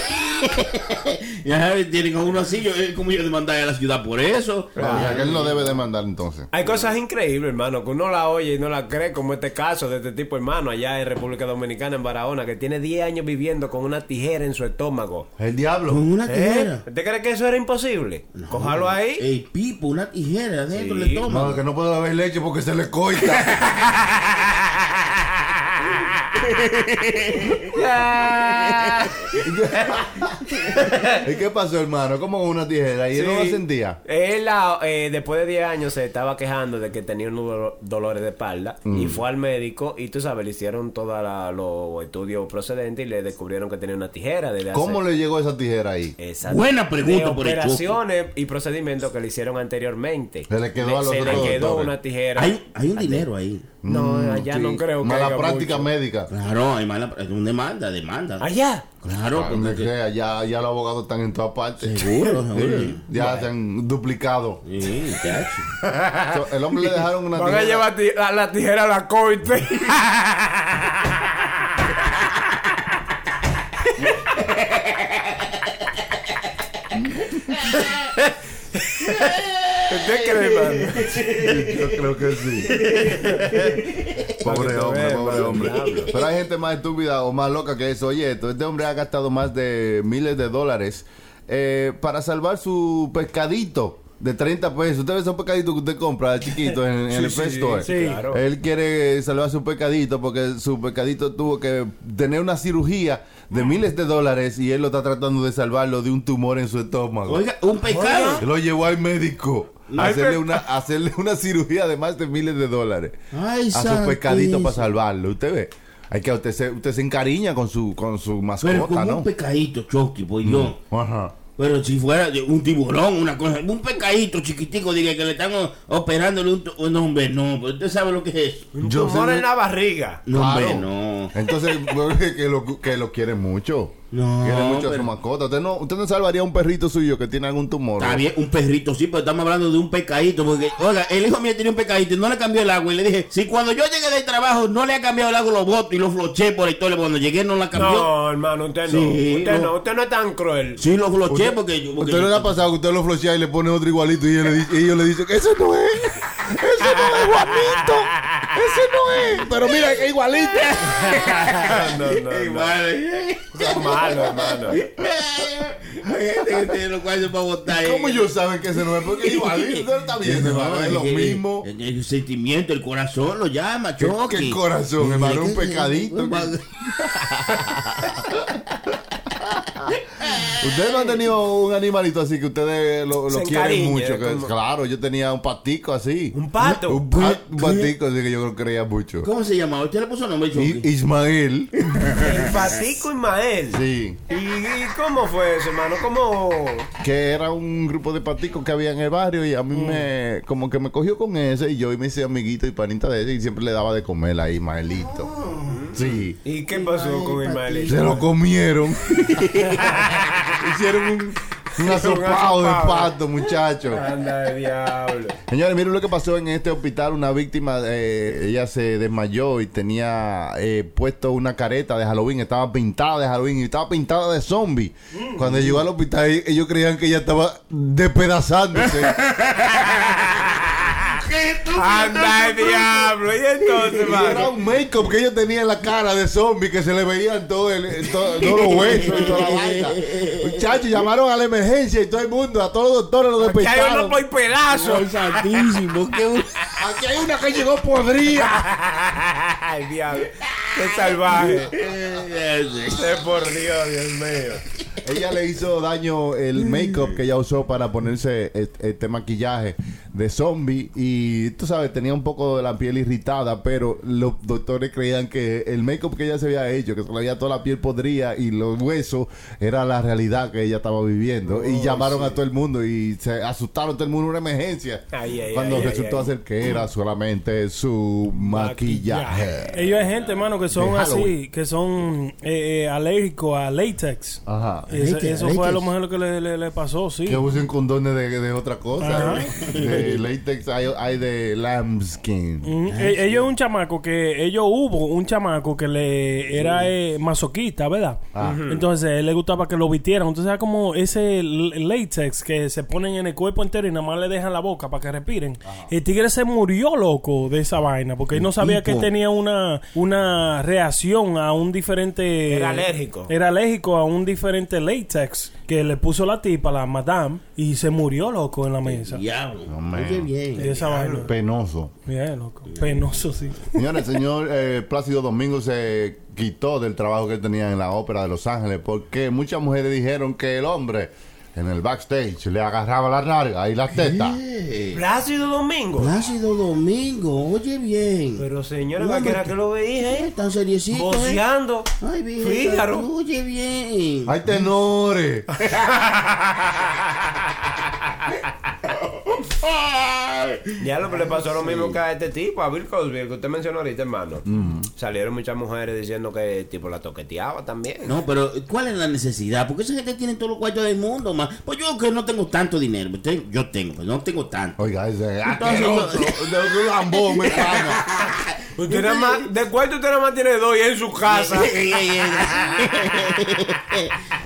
Speaker 2: *laughs* ya sabes, tienen a uno así, yo, es como eh, yo demandar a la ciudad por eso.
Speaker 4: O sea, que él no debe demandar entonces.
Speaker 3: Hay cosas increíbles, hermano, que uno la oye y no la cree, como este caso de este tipo, hermano, allá en República Dominicana, en Barahona, que tiene 10 años viviendo con una tijera en su estómago.
Speaker 4: El diablo.
Speaker 2: Con una
Speaker 3: ¿Eh?
Speaker 2: tijera.
Speaker 3: ¿Usted cree que eso era imposible? Cójalo ahí.
Speaker 2: El pipo, una tijera dentro
Speaker 3: Sí,
Speaker 2: le toma.
Speaker 4: No, que no puede beber leche porque se le coita. *laughs* ¿Y qué pasó, hermano? ¿Cómo con
Speaker 3: *laughs*
Speaker 4: una tijera? ¿Y él no la
Speaker 3: Sí.
Speaker 4: sentía?
Speaker 3: Él ah, eh, después de 10 años se estaba quejando de que tenía unos dolo- dolores de espalda y
Speaker 4: Mm.
Speaker 3: fue al médico y tú sabes, le hicieron todos los estudios procedentes y le descubrieron que tenía una tijera. Desde hace-
Speaker 4: ¿Cómo le llegó esa tijera ahí?
Speaker 3: Exacto.
Speaker 2: Buena pregunta
Speaker 3: De
Speaker 2: por el choque.
Speaker 3: operaciones y procedimientos que le hicieron anteriormente.
Speaker 4: Se le quedó a los
Speaker 3: se le
Speaker 4: otros
Speaker 3: quedó
Speaker 4: doctores. Mm,
Speaker 3: una tijera.
Speaker 2: Hay, hay un dinero ahí.
Speaker 3: No, allá no creo que.
Speaker 4: Mala
Speaker 3: haya
Speaker 4: práctica
Speaker 3: mucho.
Speaker 4: médica.
Speaker 2: Claro, hay mala, es una demanda, demanda.
Speaker 3: Allá.
Speaker 2: Claro,
Speaker 4: Ah,
Speaker 2: porque
Speaker 4: donde sea, ya, ya los abogados están en todas partes.
Speaker 2: Seguro,
Speaker 4: Sí, Ah.
Speaker 2: seguro.
Speaker 4: ya se han duplicado.
Speaker 2: Sí, chacho.
Speaker 4: So, el hombre le dejaron una
Speaker 3: Van a
Speaker 4: tijera.
Speaker 3: llevar ti- la, la tijera a la *laughs* corte. ¿Usted cree, mano?
Speaker 4: Yo creo que sí. pobre
Speaker 3: Para que te
Speaker 4: hombre,
Speaker 3: veas,
Speaker 4: pobre
Speaker 3: mano,
Speaker 4: hombre.
Speaker 3: diablo.
Speaker 4: Pero hay gente más estúpida o más loca que eso. Oye, esto, este hombre ha gastado más de miles de dólares eh, para salvar su pescadito. De 30 pesos. Ustedes son pescaditos que usted compra chiquitos en, en
Speaker 3: Sí,
Speaker 4: el
Speaker 3: sí,
Speaker 4: Pet
Speaker 3: sí,
Speaker 4: Store.
Speaker 3: sí, claro.
Speaker 4: Él quiere salvar su pescadito porque su pescadito tuvo que tener una cirugía de miles de dólares y él lo está tratando de salvarlo de un tumor en su estómago.
Speaker 2: Oiga, un pecado.
Speaker 4: Lo llevó al médico. a hacerle, una, a hacerle una cirugía de más de miles de dólares.
Speaker 2: Ay,
Speaker 4: a su
Speaker 2: santísimo.
Speaker 4: pescadito para salvarlo. Usted ve. Hay que, usted, se, usted se encariña con su, con su
Speaker 2: Pero
Speaker 4: mascota,
Speaker 2: con
Speaker 4: ¿no? Mm.
Speaker 2: un pecadito, Chucky, pues no.
Speaker 4: Ajá.
Speaker 2: Pero si fuera de un tiburón, una cosa, un pecadito chiquitico, diga que le están o- operándole un, tu- un hombre, no, pero usted sabe lo que es eso.
Speaker 4: Yo
Speaker 3: Tumor
Speaker 4: sé-
Speaker 3: en la barriga.
Speaker 2: No, hombre,
Speaker 4: Claro.
Speaker 2: no.
Speaker 4: Entonces, que lo, que lo quiere mucho.
Speaker 2: No,
Speaker 4: quiere mucho a su
Speaker 2: pero-
Speaker 4: mascota. Usted no, usted no salvaría a un perrito suyo que tiene algún tumor.
Speaker 2: Está bien, un perrito, sí, pero estamos hablando de un pecadito. Porque, oiga, el hijo mío tiene un pecadito y no le cambió el agua. Y le dije, si cuando yo llegué del trabajo no le ha cambiado el agua, lo boto y lo floché por el toile. Cuando llegué no la cambió.
Speaker 3: No, hermano, usted no.
Speaker 2: Sí,
Speaker 3: usted
Speaker 2: no.
Speaker 3: no. usted no es tan cruel.
Speaker 2: Sí, lo floché porque yo. porque
Speaker 4: Usted
Speaker 2: yo-
Speaker 4: no le ha pasado que usted lo flochea y le pone otro igualito y ellos le, di- y ellos le dicen, eso no es, eso no es Juanito, eso no es, pero mira que igualito.
Speaker 3: No, no, *laughs*
Speaker 2: Ey,
Speaker 3: no.
Speaker 2: madre.
Speaker 3: Usted es malo,
Speaker 2: *laughs*
Speaker 3: hermano.
Speaker 2: Hay gente que tiene los cuales para eh. votar.
Speaker 4: ¿Cómo ellos saben que ese no es? *laughs* Porque es igualito, usted lo está viendo, hermano, es lo mismo.
Speaker 2: El, el sentimiento, el corazón lo llama,
Speaker 4: ¿Qué,
Speaker 2: Chucky.
Speaker 4: qué corazón, hermano, un pecadito. *laughs* Ustedes no han tenido un animalito así que ustedes lo, lo
Speaker 3: Se
Speaker 4: quieren
Speaker 3: encariña,
Speaker 4: mucho. que-
Speaker 3: como-
Speaker 4: Claro, yo tenía un patico así.
Speaker 3: Un pato.
Speaker 4: Un, pa- un patico así que yo lo creía mucho.
Speaker 2: ¿Cómo se llama? ¿Usted le puso nombre, Chucky?
Speaker 4: I- Ismael.
Speaker 3: El patico Ismael.
Speaker 4: Sí.
Speaker 3: ¿Y, y cómo fue eso, hermano? ¿Cómo?
Speaker 4: que era un grupo de paticos que había en el barrio y a mí me como que me cogió con ese y yo me hice amiguito y panita de ese y siempre le daba de comer ahí Ismaelito. Sí.
Speaker 3: ¿Y qué pasó con Ismael?
Speaker 4: Se lo comieron. *laughs* Hicieron un, un asopado de
Speaker 3: asopado.
Speaker 4: pato, muchachos.
Speaker 3: Anda de diablo.
Speaker 4: Señores, miren lo que pasó en este hospital. Una víctima, eh, ella se desmayó y tenía eh, puesto una careta de Halloween. Estaba pintada de Halloween y estaba pintada de zombie. Cuando llegó al hospital, e- ellos creían que ella estaba *laughs* despedazándose.
Speaker 3: Anda de diablo. Y entonces,
Speaker 4: Y era
Speaker 3: hermano.
Speaker 4: un make-up que ella tenía en la cara de zombie que se le veían todo el- todo- todos los huesos y toda la vaina. Muchachos, llamaron a la emergencia y todo el mundo, a todos los doctores los
Speaker 3: Que hay uno
Speaker 4: despecharon.
Speaker 3: por pedazo.
Speaker 2: santísimo! ¡Qué
Speaker 4: Aquí hay una que llegó podrida.
Speaker 3: *laughs* Ay, diablo. Qué salvaje. Qué por Dios, Dios mío.
Speaker 4: Ella le hizo daño el make-up que ella usó para ponerse este, este maquillaje de zombie y tú sabes, tenía un poco de la piel irritada, pero los doctores creían que el make-up que ella se había hecho, que se le había toda la piel podrida y los huesos, era la realidad que ella estaba viviendo.
Speaker 3: Oh,
Speaker 4: y llamaron a todo el mundo y se asustaron todo el mundo una emergencia.
Speaker 3: Ay, ay,
Speaker 4: cuando
Speaker 3: ay, ay,
Speaker 4: resultó
Speaker 3: ay.
Speaker 4: ser que era solamente su maquillaje.
Speaker 1: Ellos hay gente, hermano, que son
Speaker 4: Eh, De Halloween.
Speaker 1: así, que son eh, eh, alérgicos a latex.
Speaker 4: Ajá.
Speaker 1: Eso,
Speaker 2: Latex,
Speaker 1: eso fue a lo
Speaker 2: latex.
Speaker 1: mejor lo que le, le- le pasó, sí.
Speaker 4: Que usen condones de, de otra cosa.
Speaker 1: Ajá.
Speaker 4: De latex hay, hay de lambskin.
Speaker 1: Mm, e- ellos un chamaco que ellos hubo un chamaco que le era eh, masoquista, ¿verdad?
Speaker 4: Ah. Ujú.
Speaker 1: Entonces él le gustaba que lo vistieran. Entonces era como ese l- latex que se ponen en el cuerpo entero y nada más le dejan la boca para que respiren. El tigre se murió loco de esa vaina porque él no sabía que
Speaker 4: tipo.
Speaker 1: tenía una una reacción a un diferente
Speaker 3: Era alérgico.
Speaker 1: Era alérgico a un diferente latex que le puso la tipa la madame y se murió loco en la mesa.
Speaker 2: Diablo.
Speaker 4: man.
Speaker 2: Oye, bien.
Speaker 1: De esa vaina.
Speaker 4: Penoso.
Speaker 1: Mira, loco. Penoso, sí.
Speaker 4: Señores, el señor eh, Plácido Domingo se quitó del trabajo que él tenía en la ópera de Los Ángeles porque muchas mujeres dijeron que el hombre en el backstage le agarraba la narga y las tetas.
Speaker 3: Plácido Domingo.
Speaker 2: Plácido Pues Domingo, oye bien.
Speaker 3: Pero señores,
Speaker 2: Hombre,
Speaker 3: cualquiera que lo veía, ¿eh?
Speaker 2: Tan seriecito, eh.
Speaker 3: Boceando.
Speaker 2: Ay, bien.
Speaker 3: Fígaro.
Speaker 2: Oye bien.
Speaker 4: ¡Hay tenores!
Speaker 3: Ya lo que le pasó lo mismo que a este tipo, a Bill Cosby, el que usted mencionó ahorita, hermano.
Speaker 2: Mm.
Speaker 3: Salieron muchas mujeres diciendo que el tipo la toqueteaba también.
Speaker 2: No, pero ¿cuál es la necesidad? Porque esa gente tiene todos los cuartos del mundo, más. Pues yo que no tengo tanto dinero, te- yo tengo, pero no tengo tanto.
Speaker 4: Oiga, ese ah, es
Speaker 2: Entonces,
Speaker 4: asqueroso. *laughs*
Speaker 2: *laughs*
Speaker 4: De un lambón, me cago.
Speaker 3: Pues Usted nada
Speaker 2: *laughs*
Speaker 3: más, de cuarto usted nada más tiene dos y es en su casa.
Speaker 2: *laughs*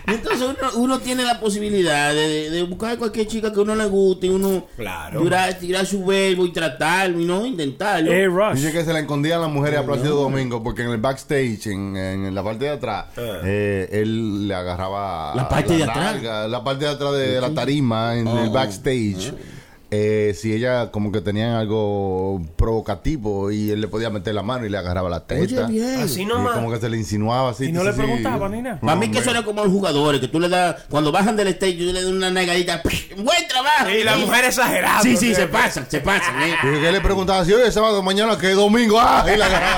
Speaker 2: Entonces uno, uno tiene la posibilidad de, de buscar a cualquier chica que uno le guste, uno
Speaker 3: Claro.
Speaker 2: durar- tirar su verbo y tratarlo y no intentarlo.
Speaker 1: Hey, Eh,
Speaker 3: Eh,
Speaker 1: Rush.
Speaker 4: Dice que se la escondían las mujeres a Plácido Domingo porque en el backstage, en, en la parte de atrás, eh, él le agarraba
Speaker 2: La parte de atrás. Oh. Ah.
Speaker 4: larga, la parte de atrás de, de la tarima, en el backstage. Eh, si ella como que tenían algo provocativo y él le podía meter la mano y le agarraba la
Speaker 2: Oye,
Speaker 4: teta.
Speaker 2: bien.
Speaker 3: *laughs* Así
Speaker 4: Y
Speaker 3: nomás.
Speaker 4: como que se le insinuaba así.
Speaker 1: Y no
Speaker 4: sí,
Speaker 1: le
Speaker 4: sí.
Speaker 1: preguntaba ni nada.
Speaker 2: Para mí que eso era como los jugadores, que tú le das, cuando bajan del stage, tú le das una negadita, buen trabajo.
Speaker 3: Y la mujer exagerada.
Speaker 2: Sí, sí, se pasan, se pasan. eh.
Speaker 4: Y que él le preguntaba si hoy es sábado, mañana que es domingo. ¡Ah! Y le agarraba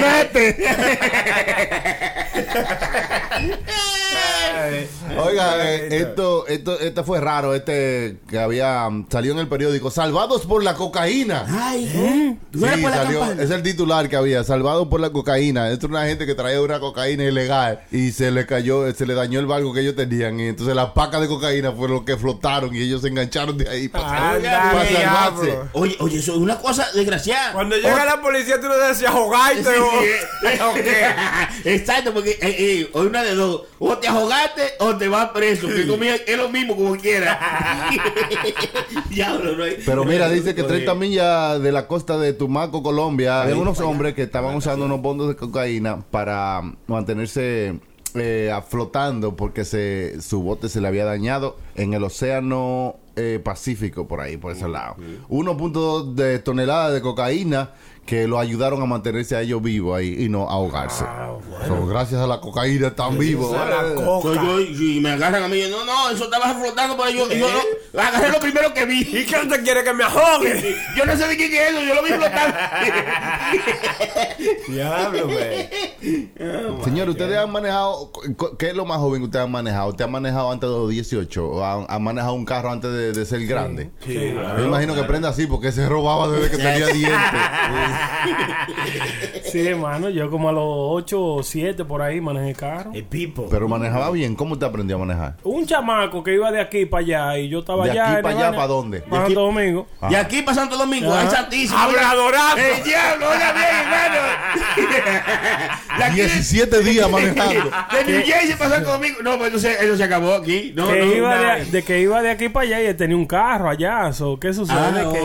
Speaker 4: la teta.
Speaker 2: *laughs*
Speaker 4: Oiga, eh, esto, esto, esto fue raro, este que había mm, salió en el periódico, salvados por la cocaína.
Speaker 2: Ay, ¿eh? tú eres
Speaker 4: Sí,
Speaker 2: por la
Speaker 4: salió,
Speaker 2: campana.
Speaker 4: es el titular que había, salvados por la cocaína. Esto era una gente que traía una cocaína ilegal y se le cayó, se le dañó el barco que ellos tenían y entonces las pacas de cocaína fueron los que flotaron y ellos se engancharon de ahí para,
Speaker 3: Anda,
Speaker 4: para
Speaker 3: diablo.
Speaker 4: salvarse.
Speaker 2: Oye, oye, eso es una cosa desgraciada.
Speaker 3: Cuando "Oh, llega la policía, tú no decías si ahogaste *laughs*
Speaker 2: *laughs*
Speaker 3: o, o qué.
Speaker 2: Exacto, porque eh, eh, o una de dos, o te ahogaste o te vas preso, que comía es lo mismo como
Speaker 4: *laughs*
Speaker 2: quiera. Diablo, no hay-
Speaker 1: *laughs*
Speaker 4: Pero mira, dice que
Speaker 2: Oye,
Speaker 4: 30 millas de la costa de Tumaco, Colombia, había unos hombres que estaban usando unos bondos de cocaína para mantenerse eh, flotando porque se, su bote se le había dañado en el océano eh, Pacífico, por ahí, por ese lado. 1.2 de toneladas de cocaína que lo ayudaron a mantenerse a ellos vivos ahí y no ahogarse. So, gracias a la cocaína están vivos. Eh,
Speaker 3: A la coca.
Speaker 2: soy yo, y si me agarran a mí, yo, no, no, eso estaba flotando, pero yo,
Speaker 4: ¿Eh?
Speaker 2: yo lo- agarré lo primero que vi.
Speaker 3: ¿Y qué usted quiere que me ahogue?
Speaker 2: Yo no sé de quién es eso, yo lo vi flotando.
Speaker 3: Diablo, güey.
Speaker 4: Señor, ustedes han manejado, cu- cu- ¿qué es lo más joven que ustedes han manejado? ¿Usted ha manejado antes de los 18? ¿O ha, ha manejado un carro antes de, de ser grande? Me imagino que prenda así porque se robaba desde que tenía dientes.
Speaker 1: Sí, hermano, yo como a los 8 o 7 por ahí manejé carro.
Speaker 3: El pipo.
Speaker 4: Pero manejaba bien, ¿cómo te aprendió a manejar?
Speaker 1: Un chamaco que iba de aquí para allá y yo estaba
Speaker 4: ¿De
Speaker 1: allá.
Speaker 4: aquí
Speaker 1: en
Speaker 4: para allá,
Speaker 1: Habana,
Speaker 4: para dónde?
Speaker 1: Para Santo Domingo.
Speaker 2: Y aquí para Santo Domingo,
Speaker 1: Ah.
Speaker 2: ay santísimo.
Speaker 3: Habladorazo.
Speaker 2: El diablo, oiga bien, hermano.
Speaker 1: Ah,
Speaker 2: De aquí de-
Speaker 4: 17 días manejando.
Speaker 2: De New Jersey pasó conmigo. No, pues entonces eso se acabó aquí.
Speaker 4: Ah,
Speaker 2: No,
Speaker 1: que
Speaker 2: no,
Speaker 1: iba
Speaker 2: nada.
Speaker 1: de, de que iba de aquí para allá y él tenía un carro allá. So, ¿Qué sucede?
Speaker 2: Ah, no.
Speaker 1: que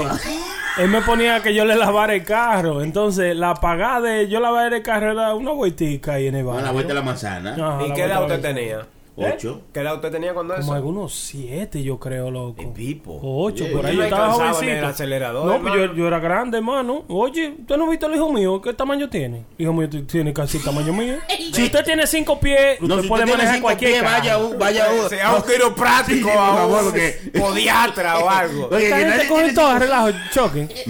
Speaker 1: él me ponía que yo le lavara el carro. Entonces, la pagada de yo lavar el carro era una vueltica ahí en el
Speaker 2: A
Speaker 1: barrio.
Speaker 2: la vuelta de la manzana.
Speaker 1: Ajá,
Speaker 3: ¿Y
Speaker 1: la
Speaker 3: qué edad
Speaker 1: vuelta
Speaker 3: usted
Speaker 1: de la-
Speaker 3: tenía?
Speaker 1: ¿Eh?
Speaker 2: Ocho.
Speaker 3: ¿Qué edad usted tenía cuando
Speaker 1: Como
Speaker 3: eso?
Speaker 1: algunos siete, yo creo, loco.
Speaker 3: El pipo.
Speaker 1: O ocho,
Speaker 3: Oye,
Speaker 1: por ahí
Speaker 3: yo
Speaker 1: yo
Speaker 3: me
Speaker 1: estaba
Speaker 3: cansaba en el
Speaker 1: jovencito.
Speaker 3: acelerador,
Speaker 1: no, pues yo,
Speaker 3: hermano.
Speaker 1: yo era grande, hermano. Oye, ¿usted no ha visto el hijo mío? ¿Qué tamaño tiene? El hijo mío t- tiene casi el tamaño mío. Si usted tiene cinco pies, usted
Speaker 2: No, si
Speaker 1: puede
Speaker 2: usted tiene
Speaker 1: manejar
Speaker 2: cinco
Speaker 1: cualquier
Speaker 2: pies,
Speaker 1: carro.
Speaker 2: vaya un, vaya un.
Speaker 3: Sea un quiropráctico
Speaker 2: Sí, por
Speaker 3: a
Speaker 2: favor,
Speaker 3: un
Speaker 2: porque- *laughs*
Speaker 3: podiatra o algo.
Speaker 2: Oye,
Speaker 1: Esta
Speaker 2: que
Speaker 1: gente
Speaker 2: nadie
Speaker 1: coge
Speaker 2: tiene
Speaker 1: todo a relajo, choque.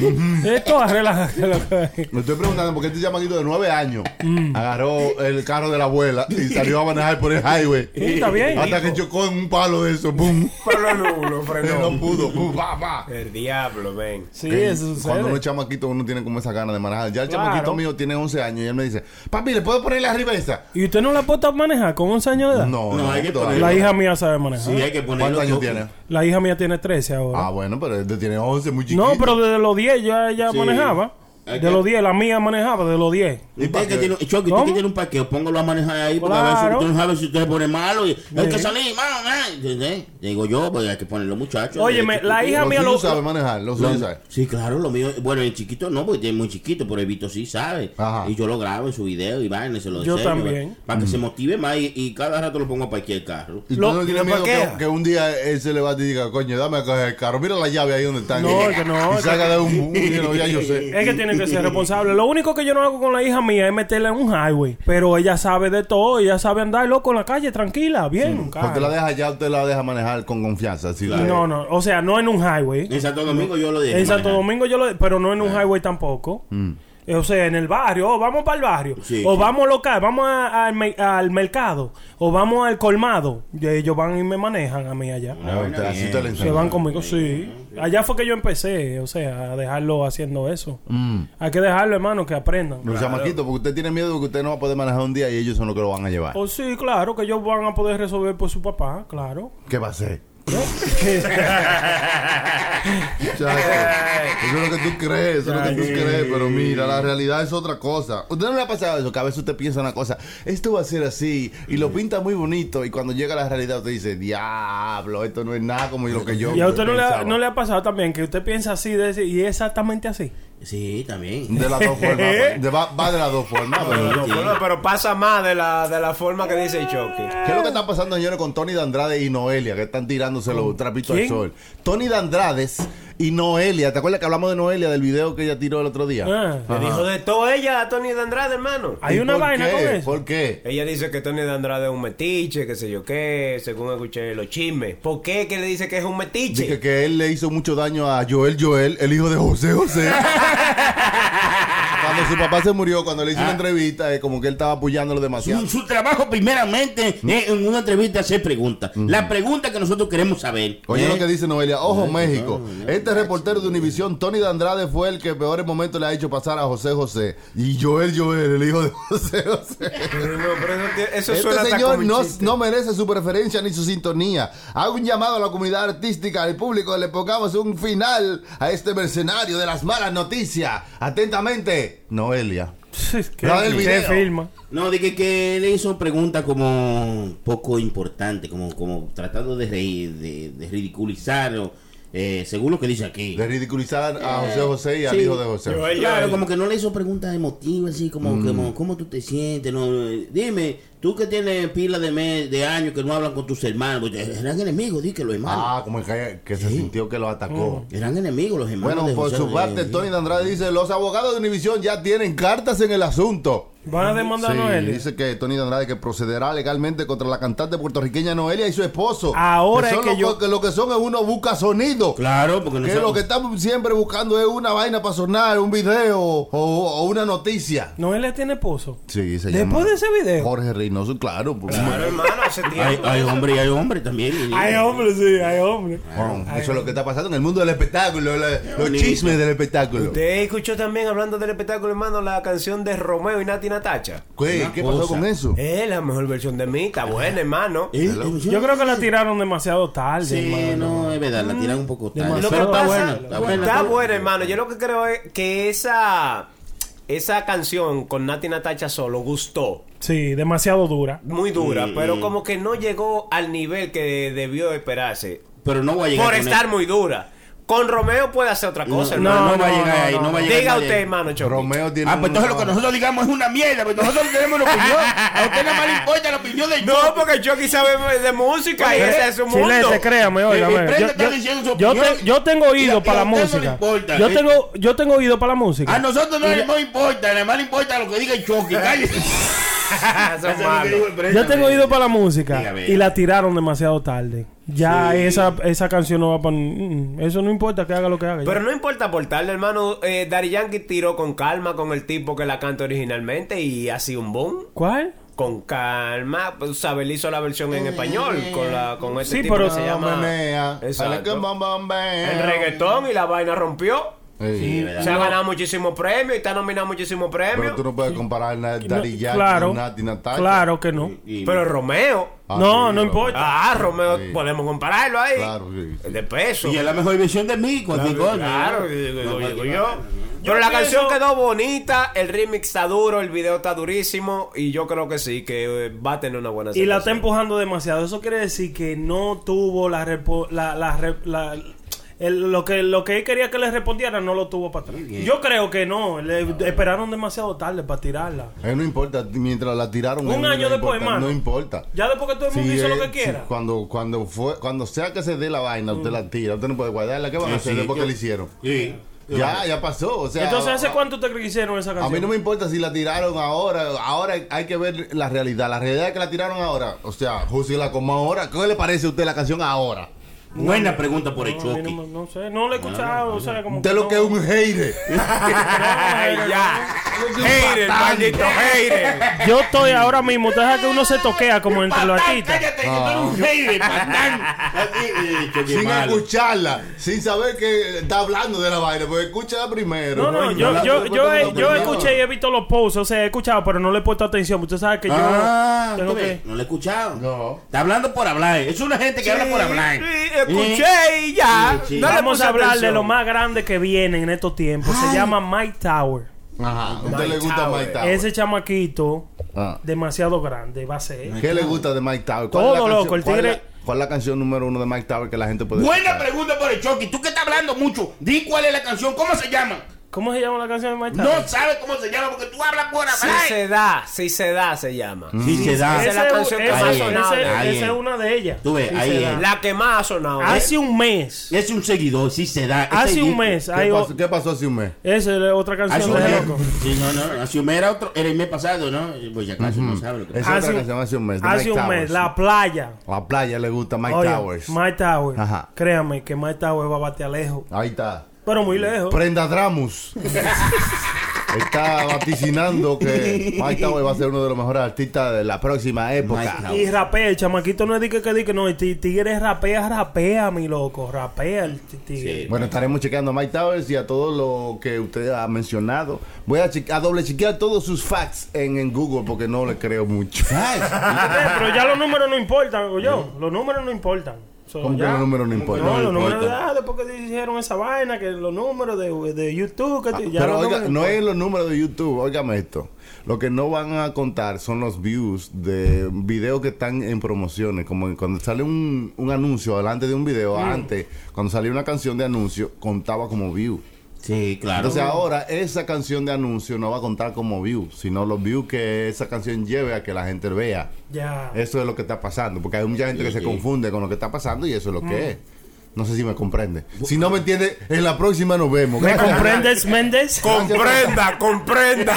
Speaker 1: Es todo a relajo. *laughs*
Speaker 4: Me estoy preguntando por qué este chamaquito de 9 años
Speaker 1: Mm.
Speaker 4: agarró el carro de la abuela y salió a manejar por el highway.
Speaker 1: Sí, está bien.
Speaker 4: Hasta que chocó en un palo de eso. ¡Pum!
Speaker 3: Pablo Nulo,
Speaker 4: No
Speaker 3: frenó.
Speaker 4: pudo. ¡Pum! ¡Pa, pa!
Speaker 3: El diablo, ven.
Speaker 1: Sí,
Speaker 4: Que
Speaker 1: eso
Speaker 4: Cuando uno
Speaker 1: sucede.
Speaker 4: es chamaquito, uno tiene como esa gana de manejar. Ya el
Speaker 1: Claro.
Speaker 4: chamaquito mío tiene 11 años y él me dice, papi, ¿le puedo poner la reversa?
Speaker 1: ¿Y usted no la puede manejar con 11 años de edad?
Speaker 4: No,
Speaker 2: No,
Speaker 4: no,
Speaker 2: hay que
Speaker 4: todavía.
Speaker 1: La hija mía sabe manejar.
Speaker 2: Sí, hay que ponerlo.
Speaker 4: ¿Cuántos años
Speaker 2: todo.
Speaker 4: tiene?
Speaker 1: La hija mía tiene 13 ahora.
Speaker 4: Ah, bueno, pero él tiene 11, muy chiquito.
Speaker 1: no, pero desde los 10 ya ella
Speaker 2: Sí.
Speaker 1: manejaba.
Speaker 2: Hay
Speaker 1: De
Speaker 2: que-
Speaker 1: los 10, la mía manejaba de los 10.
Speaker 2: Usted que tiene, Chucky, usted que
Speaker 1: ¿Cómo?
Speaker 2: tiene un parqueo, póngalo a manejar ahí, porque a veces
Speaker 1: Claro.
Speaker 2: usted no sabe si usted se pone malo. Y, hay que
Speaker 1: Sí.
Speaker 2: salir, mano, eh, ¿entendés? Digo yo, pues hay que poner los muchachos.
Speaker 1: Óyeme,
Speaker 2: Desde
Speaker 1: la
Speaker 2: chiquito.
Speaker 1: hija
Speaker 4: Los
Speaker 1: mía
Speaker 4: suyos
Speaker 1: lo...
Speaker 4: sabe manejar, los suyos sabe.
Speaker 2: Sí, claro, lo mío. Bueno, el chiquito no, porque es muy chiquito, pero el Vito sí sabe.
Speaker 4: Ajá. Mm.
Speaker 2: Y yo lo grabo en su video y vaina, y se lo
Speaker 1: Yo
Speaker 2: enseño,
Speaker 1: también.
Speaker 2: ¿verdad? Para que se motive más y, y cada rato lo pongo para aquí el carro.
Speaker 4: Y tú
Speaker 1: Lo-
Speaker 4: no tienes
Speaker 3: ¿lo
Speaker 4: miedo que,
Speaker 3: parquea?
Speaker 4: que un día él se le va a ti y diga, coño, dame a coger el carro. Mira la llave ahí donde están.
Speaker 1: No, que no,
Speaker 4: Y
Speaker 1: que-
Speaker 4: saca de un...
Speaker 1: *laughs*
Speaker 4: un- un- ya yo sé.
Speaker 1: Es que tiene que ser responsable. Lo único que yo no hago con la hija mía es meterla en un highway. Pero ella sabe de todo. Ella sabe andar loco en la calle, tranquila, bien. cara.
Speaker 4: Usted la deja ya, usted la deja manejar con confianza. Sí, la-
Speaker 2: eh.
Speaker 1: No, no. O sea, no en un highway.
Speaker 2: En Santo Domingo yo lo dije.
Speaker 1: En Santo
Speaker 2: manejar. Eh.
Speaker 1: Domingo yo lo... Pero no en un highway tampoco. Eh, O sea, en el barrio, o vamos para el barrio,
Speaker 2: Mm. Sí,
Speaker 1: o
Speaker 2: sí.
Speaker 1: vamos local, vamos a- al, me- al mercado, o vamos al colmado. Y ellos van y me manejan a mí allá.
Speaker 4: Ah, está, así te la
Speaker 1: Se van
Speaker 4: enseñan.
Speaker 1: conmigo, sí. Allá fue que yo empecé, o sea, a dejarlo haciendo eso.
Speaker 4: Mm.
Speaker 1: Hay que dejarlo, hermano, que aprendan.
Speaker 4: Los chamaquitos, porque usted tiene miedo de que usted no va a poder manejar un día y ellos son los que lo van a llevar.
Speaker 1: Oh, sí, claro, que ellos van a poder resolver por su papá,
Speaker 4: *laughs*
Speaker 1: claro. *laughs*
Speaker 4: ¿Qué va a hacer? Chacho, eso es lo que tú crees, eso es lo que tú crees, pero mira, la realidad es otra cosa. ¿Usted no le ha pasado eso? Que a veces usted piensa una cosa, esto va a ser así, y lo pinta muy bonito, y cuando llega la realidad usted dice, diablo, esto no es nada como lo que yo
Speaker 1: Y a usted no le, ha,
Speaker 4: pensaba".
Speaker 1: no le ha pasado también que usted piensa así de ese- y es exactamente así.
Speaker 2: Sí, también.
Speaker 4: De las dos
Speaker 1: *laughs*
Speaker 4: formas, de- va, va de las dos formas.
Speaker 1: Ah.
Speaker 4: pero-
Speaker 3: No, bueno, pero pasa más de la, de la forma que dice Chucky.
Speaker 4: ¿Qué es lo que está pasando, señores, con Tony de Andrade y Noelia? Que están tirándose los trapitos
Speaker 1: quién?
Speaker 4: al sol. Tony de Andrades y Noelia. ¿Te acuerdas que hablamos de Noelia del video que ella tiró el otro día?
Speaker 1: Ah.
Speaker 3: Le dijo de todo ella a Tony de Andrade, hermano.
Speaker 1: Hay
Speaker 4: ¿Y
Speaker 1: una
Speaker 4: por
Speaker 1: vaina
Speaker 4: qué?
Speaker 1: con *laughs* eso.
Speaker 4: ¿Por qué?
Speaker 3: Ella dice que Tony de Andrade es un metiche, que sé yo qué, según escuché los chismes. ¿Por qué que le dice que es un metiche?
Speaker 4: Dice que él le hizo mucho daño a Joel Joel, el hijo de José
Speaker 1: *laughs*
Speaker 4: José. cuando su papá se murió, cuando le hizo una entrevista, eh, como que él estaba apoyándolo demasiado.
Speaker 2: Su, su trabajo primeramente
Speaker 4: Mm.
Speaker 2: es en una entrevista hacer preguntas. La pregunta que nosotros queremos saber.
Speaker 4: Oye
Speaker 2: ¿eh?
Speaker 4: lo que dice Noelia, ojo México.
Speaker 2: no, no.
Speaker 4: este reportero de Univisión, Tony de Andrade, fue el que peores momentos le ha hecho pasar a José José. Y Joel Joel, el hijo de José José.
Speaker 1: *laughs*
Speaker 3: Pero no, pero eso, tie- eso
Speaker 4: Este
Speaker 3: suena hasta
Speaker 4: señor
Speaker 3: como
Speaker 4: no,
Speaker 3: chiste.
Speaker 4: no merece su preferencia ni su sintonía. Hago un llamado a la comunidad artística, al público, le pongamos un final a este mercenario de las malas noticias. Atentamente, Noelia.
Speaker 1: ¿Qué,
Speaker 4: Pero del
Speaker 1: qué
Speaker 4: video.
Speaker 1: filma?
Speaker 2: No, de que, que le hizo preguntas como poco importante, como, como tratando de reír, de, de ridiculizar, o, eh, según lo que dice aquí.
Speaker 4: De ridiculizar a
Speaker 3: Eh.
Speaker 4: José José y al
Speaker 2: Sí.
Speaker 4: hijo de José. Mm.
Speaker 3: Joel,
Speaker 2: Claro,
Speaker 3: Joel.
Speaker 2: como que no le hizo preguntas emotivas, así como, como cómo tú te sientes. No, eh, dime, tú que tienes pila de, mes, de años que no hablan con tus hermanos, pues, eran enemigos, di que los hermanos.
Speaker 4: Ah, como que, que se sintió que lo atacó.
Speaker 2: Eran enemigos los hermanos.
Speaker 4: Bueno,
Speaker 2: de
Speaker 4: por
Speaker 2: José
Speaker 4: su
Speaker 2: José.
Speaker 4: parte, Tony de Andrade dice, los abogados de Univisión ya tienen cartas en el asunto.
Speaker 1: Van a demandar
Speaker 4: Sí,
Speaker 1: a Noelia.
Speaker 4: dice que Tony de Andrade que procederá legalmente contra la cantante puertorriqueña Noelia y su esposo.
Speaker 1: Ahora es
Speaker 4: que son
Speaker 1: que
Speaker 4: lo
Speaker 1: yo-
Speaker 4: que lo que son es uno busca sonido.
Speaker 2: Claro, porque no
Speaker 4: Que
Speaker 2: sabe-
Speaker 4: lo que estamos siempre buscando es una vaina para sonar, un video o, o una noticia.
Speaker 1: Noelia tiene esposo.
Speaker 4: Sí, se
Speaker 1: Después de ese video.
Speaker 4: Jorge Reynoso, claro. pues,
Speaker 3: Claro, hermano, hace tiempo.
Speaker 2: Hay, hay hombre y hay hombre también. y-
Speaker 1: Hay hombre, sí, hay hombre.
Speaker 4: bueno, eso es lo que está pasando en el mundo del espectáculo, la- los chismes del espectáculo.
Speaker 3: Usted escuchó también, hablando del espectáculo, hermano, la canción de Romeo y Nati Natacha.
Speaker 4: ¿Qué,
Speaker 2: Una
Speaker 4: ¿Qué pasó
Speaker 2: cosa.
Speaker 4: con eso?
Speaker 3: Es la mejor versión de mí, está buena, hermano.
Speaker 2: Eh, eh,
Speaker 1: Yo creo que la tiraron demasiado tarde,
Speaker 2: Sí,
Speaker 1: hermano. Mm.
Speaker 2: no, es verdad, la tiran un poco tarde.
Speaker 1: Demasiado.
Speaker 2: Pero
Speaker 1: Lo que
Speaker 2: está
Speaker 1: pasa-
Speaker 2: buena. Está buena,
Speaker 3: Está bueno, hermano. Yo lo que creo es que esa, esa canción con Nati Natacha solo gustó.
Speaker 1: Sí, demasiado dura.
Speaker 3: Muy dura, pero como que no llegó al nivel que debió esperarse.
Speaker 2: Pero no va a llegar.
Speaker 3: Por
Speaker 2: con
Speaker 3: estar
Speaker 2: él.
Speaker 3: muy dura. Con Romeo puede hacer otra cosa,
Speaker 2: No,
Speaker 3: hermano.
Speaker 2: no, va a
Speaker 1: no,
Speaker 2: llegar
Speaker 1: no,
Speaker 2: ahí, no,
Speaker 1: no.
Speaker 2: va a llegar.
Speaker 3: Diga
Speaker 2: nadie.
Speaker 3: usted, hermano, Choco.
Speaker 4: Romeo tiene
Speaker 2: Ah, pues entonces lo que
Speaker 4: una-
Speaker 2: nosotros digamos es una mierda, pero nosotros tenemos una opinión. A usted nada más le importa la opinión de
Speaker 3: No, porque Chucky sabe de música y
Speaker 4: Pues,
Speaker 2: Oye,
Speaker 3: ese es su mundo.
Speaker 1: Chilete, Eh,
Speaker 3: *laughs*
Speaker 1: créame, oiga,
Speaker 2: Mi- mi
Speaker 1: oiga.
Speaker 2: prenda
Speaker 1: Yo,
Speaker 2: está
Speaker 1: yo-
Speaker 2: diciendo su
Speaker 1: yo
Speaker 2: opinión.
Speaker 1: te- yo tengo
Speaker 2: Y a- y
Speaker 1: oído
Speaker 2: a
Speaker 1: para la
Speaker 2: usted no le
Speaker 1: música.
Speaker 2: importa,
Speaker 1: yo
Speaker 2: ¿eh?
Speaker 1: tengo, yo tengo oído para la música.
Speaker 2: A nosotros no nos importa, nada más le importa lo que diga el *laughs* choque. Cállese.
Speaker 3: Son malos.
Speaker 1: Yo tengo oído para la música
Speaker 2: Dígame.
Speaker 1: y la tiraron demasiado tarde. Ya esa, esa canción no va para... Eso no importa que haga lo que haga.
Speaker 3: Pero no importa aportarle, hermano. Eh, Daddy Yankee tiró con calma con el tipo que la canta originalmente y ha sido un boom.
Speaker 1: ¿Cuál?
Speaker 3: Con calma, pues sabe, le hizo la versión en español con la con este
Speaker 1: Sí,
Speaker 3: tipo
Speaker 1: pero-
Speaker 3: que se llama
Speaker 4: Menea, sale que
Speaker 3: Exacto.
Speaker 4: bam, bam, bam.
Speaker 3: el reggaetón y la vaina rompió.
Speaker 4: Sí.
Speaker 3: Se ha ganado muchísimos premios y está nominado muchísimos
Speaker 4: Pero
Speaker 3: premios.
Speaker 4: tú no puedes comparar na- Daddy Yankee
Speaker 1: claro,
Speaker 4: con Nati Natacha.
Speaker 1: claro que no.
Speaker 3: Pero Romeo.
Speaker 4: Ah,
Speaker 1: No,
Speaker 4: sí,
Speaker 1: no
Speaker 4: claro.
Speaker 1: importa.
Speaker 3: Ah, Romeo,
Speaker 4: Sí.
Speaker 3: podemos compararlo ahí.
Speaker 4: Claro, sí, sí.
Speaker 3: De peso.
Speaker 2: Y es la mejor versión de mí, cualquier cosa.
Speaker 3: Claro,
Speaker 2: ¿no?
Speaker 3: digo,
Speaker 2: No,
Speaker 3: digo
Speaker 2: cualquier
Speaker 3: yo.
Speaker 2: cosa.
Speaker 3: Pero la
Speaker 1: pienso-
Speaker 3: canción quedó bonita, el remix está duro, el video está durísimo y yo creo que sí, que eh, va a tener una
Speaker 4: Pues
Speaker 3: buena
Speaker 1: Y la está
Speaker 3: selección.
Speaker 1: empujando demasiado. Eso quiere decir que no tuvo la... repo- la, la re- la- el- lo, que, lo que él quería que le respondiera no lo tuvo para atrás. Yo creo que no. Le esperaron demasiado tarde para tirarla.
Speaker 4: Eh, no importa, mientras la tiraron.
Speaker 1: Un
Speaker 4: eh, no
Speaker 1: año después,
Speaker 4: importa,
Speaker 1: hermano.
Speaker 4: No importa.
Speaker 1: Ya después que todo el mundo
Speaker 4: Sí,
Speaker 1: hizo
Speaker 4: eh,
Speaker 1: lo que
Speaker 4: sí,
Speaker 1: quiera.
Speaker 4: cuando, cuando, fue, cuando sea que se dé la vaina, usted la tira. Usted no puede guardarla. ¿Qué van a hacer
Speaker 2: sí,
Speaker 4: después
Speaker 2: yo-
Speaker 4: que le hicieron?
Speaker 2: Sí.
Speaker 4: Ya, ya pasó. O sea,
Speaker 1: Entonces,
Speaker 4: a-
Speaker 1: ¿hace cuánto te que hicieron esa
Speaker 4: A
Speaker 1: canción?
Speaker 4: mí no me importa si la tiraron ahora. ah, Ahora hay que ver la realidad. La realidad es que la tiraron ahora. O sea, José la como ahora. ¿Qué le parece a usted la canción ahora?
Speaker 2: Buena pregunta por el
Speaker 1: No, a mí
Speaker 2: choque.
Speaker 1: no, me- no sé, no lo he escuchado. o sea, como
Speaker 4: De lo que es un *laughs* hater.
Speaker 3: Ay, ya. Hater, maldito hater.
Speaker 1: Yo estoy ahora mismo, tú dejas que uno se toquea como entre los artistas.
Speaker 4: Ah.
Speaker 2: eh,
Speaker 4: Sin escucharla, sin saber que está hablando de la vaina, porque escúchala primero.
Speaker 1: No, no,
Speaker 4: coño.
Speaker 1: yo,
Speaker 4: La-
Speaker 1: yo,
Speaker 4: la-
Speaker 1: yo,
Speaker 4: la-
Speaker 1: he, yo
Speaker 4: la-
Speaker 1: escuché y he visto los posts, o sea, he escuchado, pero no le he puesto atención. Usted sabe que yo
Speaker 2: Ah,
Speaker 1: tengo
Speaker 2: ¿tú ves?
Speaker 1: que.
Speaker 2: No lo he escuchado.
Speaker 4: No.
Speaker 2: Está hablando por hablar. Es una gente que habla por hablar.
Speaker 3: Sí, Escuché y ya.
Speaker 2: Sí, sí.
Speaker 3: No le
Speaker 1: Vamos
Speaker 3: puse
Speaker 1: a hablar de
Speaker 3: atención.
Speaker 1: lo más grande que viene en estos tiempos. Se llama Mike Tower.
Speaker 4: Ajá, ¿a usted le
Speaker 3: Mike
Speaker 4: gusta
Speaker 3: Tower.
Speaker 4: Mike Tower?
Speaker 1: Ese chamaquito,
Speaker 4: Ah.
Speaker 1: demasiado grande, va a ser.
Speaker 4: ¿Qué le gusta de Mike Tower?
Speaker 1: Todo,
Speaker 4: es la canción-
Speaker 1: loco, el
Speaker 4: cuál es la-
Speaker 1: tigre-
Speaker 4: ¿Cuál es la canción número uno de Mike Tower que la gente puede
Speaker 2: Buena
Speaker 4: escuchar?
Speaker 2: pregunta por el choque. Tú que estás hablando mucho, di cuál es la canción, cómo se llama.
Speaker 1: ¿Cómo se llama la canción de Mike Tower?
Speaker 2: No sabes cómo se llama porque tú hablas por
Speaker 3: Si
Speaker 2: hablar. Mm.
Speaker 3: se da, si se da se llama.
Speaker 2: Sí, se
Speaker 1: Esa
Speaker 2: da.
Speaker 1: es la canción que
Speaker 2: más
Speaker 1: más
Speaker 2: sonaba.
Speaker 1: Esa
Speaker 2: Ahí
Speaker 1: es
Speaker 2: es.
Speaker 1: una de ellas.
Speaker 2: Tú ves,
Speaker 1: Sí,
Speaker 2: ahí
Speaker 1: se
Speaker 2: es.
Speaker 1: da.
Speaker 3: La que más ha sonado. ¿eh?
Speaker 1: Hace un mes,
Speaker 2: Es un seguidor, sí se da. Ese
Speaker 1: hace un
Speaker 2: disco-
Speaker 1: mes,
Speaker 4: ¿Qué
Speaker 1: hay o-
Speaker 4: pasó, ¿Qué pasó hace un mes?
Speaker 1: esa es otra
Speaker 2: Hace
Speaker 1: canción
Speaker 2: un
Speaker 1: de
Speaker 2: mes.
Speaker 1: loco.
Speaker 2: Sí, no, no. Hace un mes era otro. Era el mes pasado, ¿no? Pues ya casi no sabe lo que
Speaker 4: Esa es
Speaker 1: Hace
Speaker 4: otra
Speaker 1: un-
Speaker 4: canción hace un mes. de
Speaker 1: Hace
Speaker 4: Mike
Speaker 1: un
Speaker 4: Towers.
Speaker 1: mes, la playa.
Speaker 4: La playa le gusta Mike
Speaker 1: Oye,
Speaker 4: Towers.
Speaker 1: Mike Tower.
Speaker 4: Ajá.
Speaker 1: Créame que Mike Tower va a batear lejos.
Speaker 4: Ahí está.
Speaker 1: Pero muy lejos.
Speaker 4: Prenda Dramus. está vaticinando que Mike Tower va a ser uno de los mejores artistas de la próxima
Speaker 2: Mike
Speaker 4: época.
Speaker 2: Tower.
Speaker 1: y rapea, el chamaquito no es de que, que, de que no, el ti- tigre rapea, rapea, mi loco, rapea el ti- tigre.
Speaker 4: Bueno, estaremos chequeando a Mike Towers y a todo lo que usted ha mencionado. Voy a, cheque- a doble chequear todos sus facts en, en Google porque no le creo mucho.
Speaker 2: Ay,
Speaker 1: Eh, Pero ya los números no importan, o yo, los números no importan. So,
Speaker 4: Como Mm. que
Speaker 1: ya.
Speaker 4: los números no importan.
Speaker 1: No, los
Speaker 2: no
Speaker 1: números,
Speaker 2: importan.
Speaker 1: ah, después que dijeron esa vaina, que los números de, de YouTube, que te- ya
Speaker 4: Ah, Pero
Speaker 1: los
Speaker 4: oiga,
Speaker 1: números
Speaker 4: no
Speaker 1: importan.
Speaker 4: es los números de YouTube, óigame esto. Lo que no van a contar son los views de videos que están en promociones. Como cuando sale un, un anuncio delante de un video, antes, cuando salía una canción de anuncio, contaba como view.
Speaker 2: Sí, claro.
Speaker 4: Entonces ahora esa canción de anuncio no va a contar como view, sino los views que esa canción lleve a que la gente vea.
Speaker 1: Ya.
Speaker 4: Eso es lo que está pasando, porque hay mucha gente que se
Speaker 2: sí.
Speaker 4: confunde con lo que está pasando y eso es lo que es. No sé si me comprende. Si no me entiende, en la próxima nos vemos. *laughs*
Speaker 1: ¿Me
Speaker 4: Gracias.
Speaker 1: comprendes, Méndez?
Speaker 3: Comprenda, comprenda.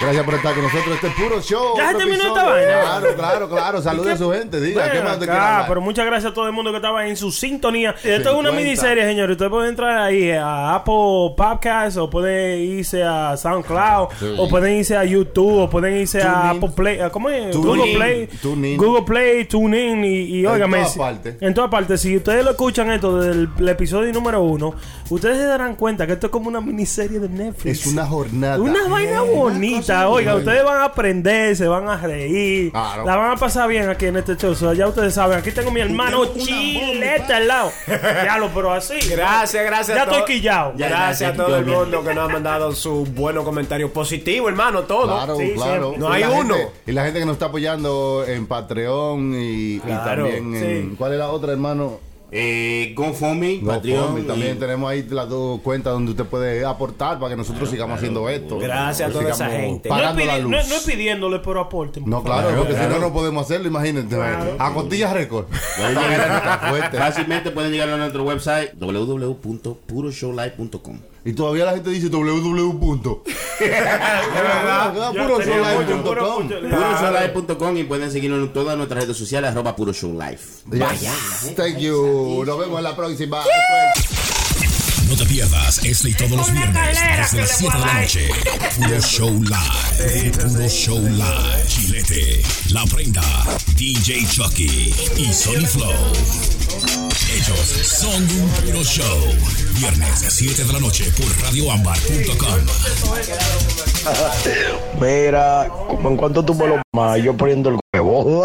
Speaker 4: Gracias por estar con nosotros. Este es puro show.
Speaker 1: Ya
Speaker 4: otro
Speaker 1: terminó
Speaker 4: episodio.
Speaker 1: esta vaina.
Speaker 4: Claro, claro, claro. Saludos a su gente. Diga, ¿qué
Speaker 1: Ven
Speaker 4: más te
Speaker 1: acá,
Speaker 4: quiere hablar?
Speaker 1: pero muchas gracias a todo el mundo que estaba en su sintonía. Esto es una
Speaker 4: 50.
Speaker 1: miniserie, señores. Usted puede entrar ahí a Apple Podcast o puede irse a SoundCloud o pueden irse a YouTube o pueden irse a
Speaker 4: TuneIn.
Speaker 1: Apple Play, a- ¿cómo es?
Speaker 4: TuneIn.
Speaker 1: Google Play,
Speaker 4: TuneIn.
Speaker 1: Google Play, TuneIn y, y
Speaker 4: En
Speaker 1: óigame,
Speaker 4: todas
Speaker 1: si-
Speaker 4: partes.
Speaker 1: En todas partes. Si ustedes lo escuchan esto desde el, el episodio número uno, ustedes se darán cuenta que esto es como una miniserie de Netflix.
Speaker 4: Es una jornada.
Speaker 1: Una vaina bonita, oiga, ustedes van a aprender, se van a reír,
Speaker 4: Claro.
Speaker 1: la van a pasar bien aquí en este show. O sea, ya ustedes saben, aquí tengo mi hermano
Speaker 2: Tengo una
Speaker 1: Chileta al lado. Ya lo, pero así.
Speaker 3: Gracias, gracias.
Speaker 1: Ya
Speaker 3: a todo-
Speaker 1: estoy quillado.
Speaker 2: Ya,
Speaker 3: Gracias a
Speaker 2: ya,
Speaker 3: todo el
Speaker 2: ya.
Speaker 3: mundo que nos ha mandado su buenos comentarios positivos, hermano, todo.
Speaker 4: Claro,
Speaker 1: Sí,
Speaker 4: claro.
Speaker 1: siempre.
Speaker 3: No
Speaker 4: Y
Speaker 3: hay
Speaker 4: la
Speaker 3: uno.
Speaker 4: gente- y la gente que nos está apoyando en Patreon y, y
Speaker 3: Claro,
Speaker 4: también en.
Speaker 1: sí.
Speaker 4: ¿Cuál es la otra, hermano?
Speaker 2: Eh, GoFundMe,
Speaker 4: GoFundMe.
Speaker 2: Patreon.
Speaker 4: También
Speaker 2: y-
Speaker 4: tenemos ahí las dos cuentas donde usted puede aportar para que nosotros sigamos haciendo esto.
Speaker 3: Gracias a toda esa
Speaker 4: Pues Sigamos
Speaker 3: gente.
Speaker 1: No es,
Speaker 4: Pagando
Speaker 1: pidi-
Speaker 4: la luz.
Speaker 1: no es- no es pidiéndole, pero aporte.
Speaker 4: No, claro, porque si no, no podemos hacerlo, imagínate. A costillas récord.
Speaker 2: *laughs* Pueden llegar-
Speaker 4: Está fuerte.
Speaker 2: Fácilmente pueden llegar a nuestro website www.puroshowlive.com.
Speaker 4: Y todavía la gente dice www. punto.
Speaker 1: Ya
Speaker 4: Puro
Speaker 1: tenía
Speaker 4: solar
Speaker 1: mucho,
Speaker 4: punto
Speaker 1: puro
Speaker 4: com.
Speaker 1: mucho.
Speaker 2: Puroshowlive.com y pueden seguirnos en todas nuestras redes sociales arroba puroshowlive.
Speaker 4: Vaya. Thank you. Nos vemos en la próxima.
Speaker 7: No te pierdas este y todos los viernes desde las 7 de la noche. Puro Show Live. Puro Show Live. Chilete, La Prenda, DJ Chucky y Sonny Flow. Ellos son un puro show. Viernes a 7 de la noche por radioambar.com.
Speaker 5: Mira, como en cuanto tú me lo más, yo poniendo el huevo.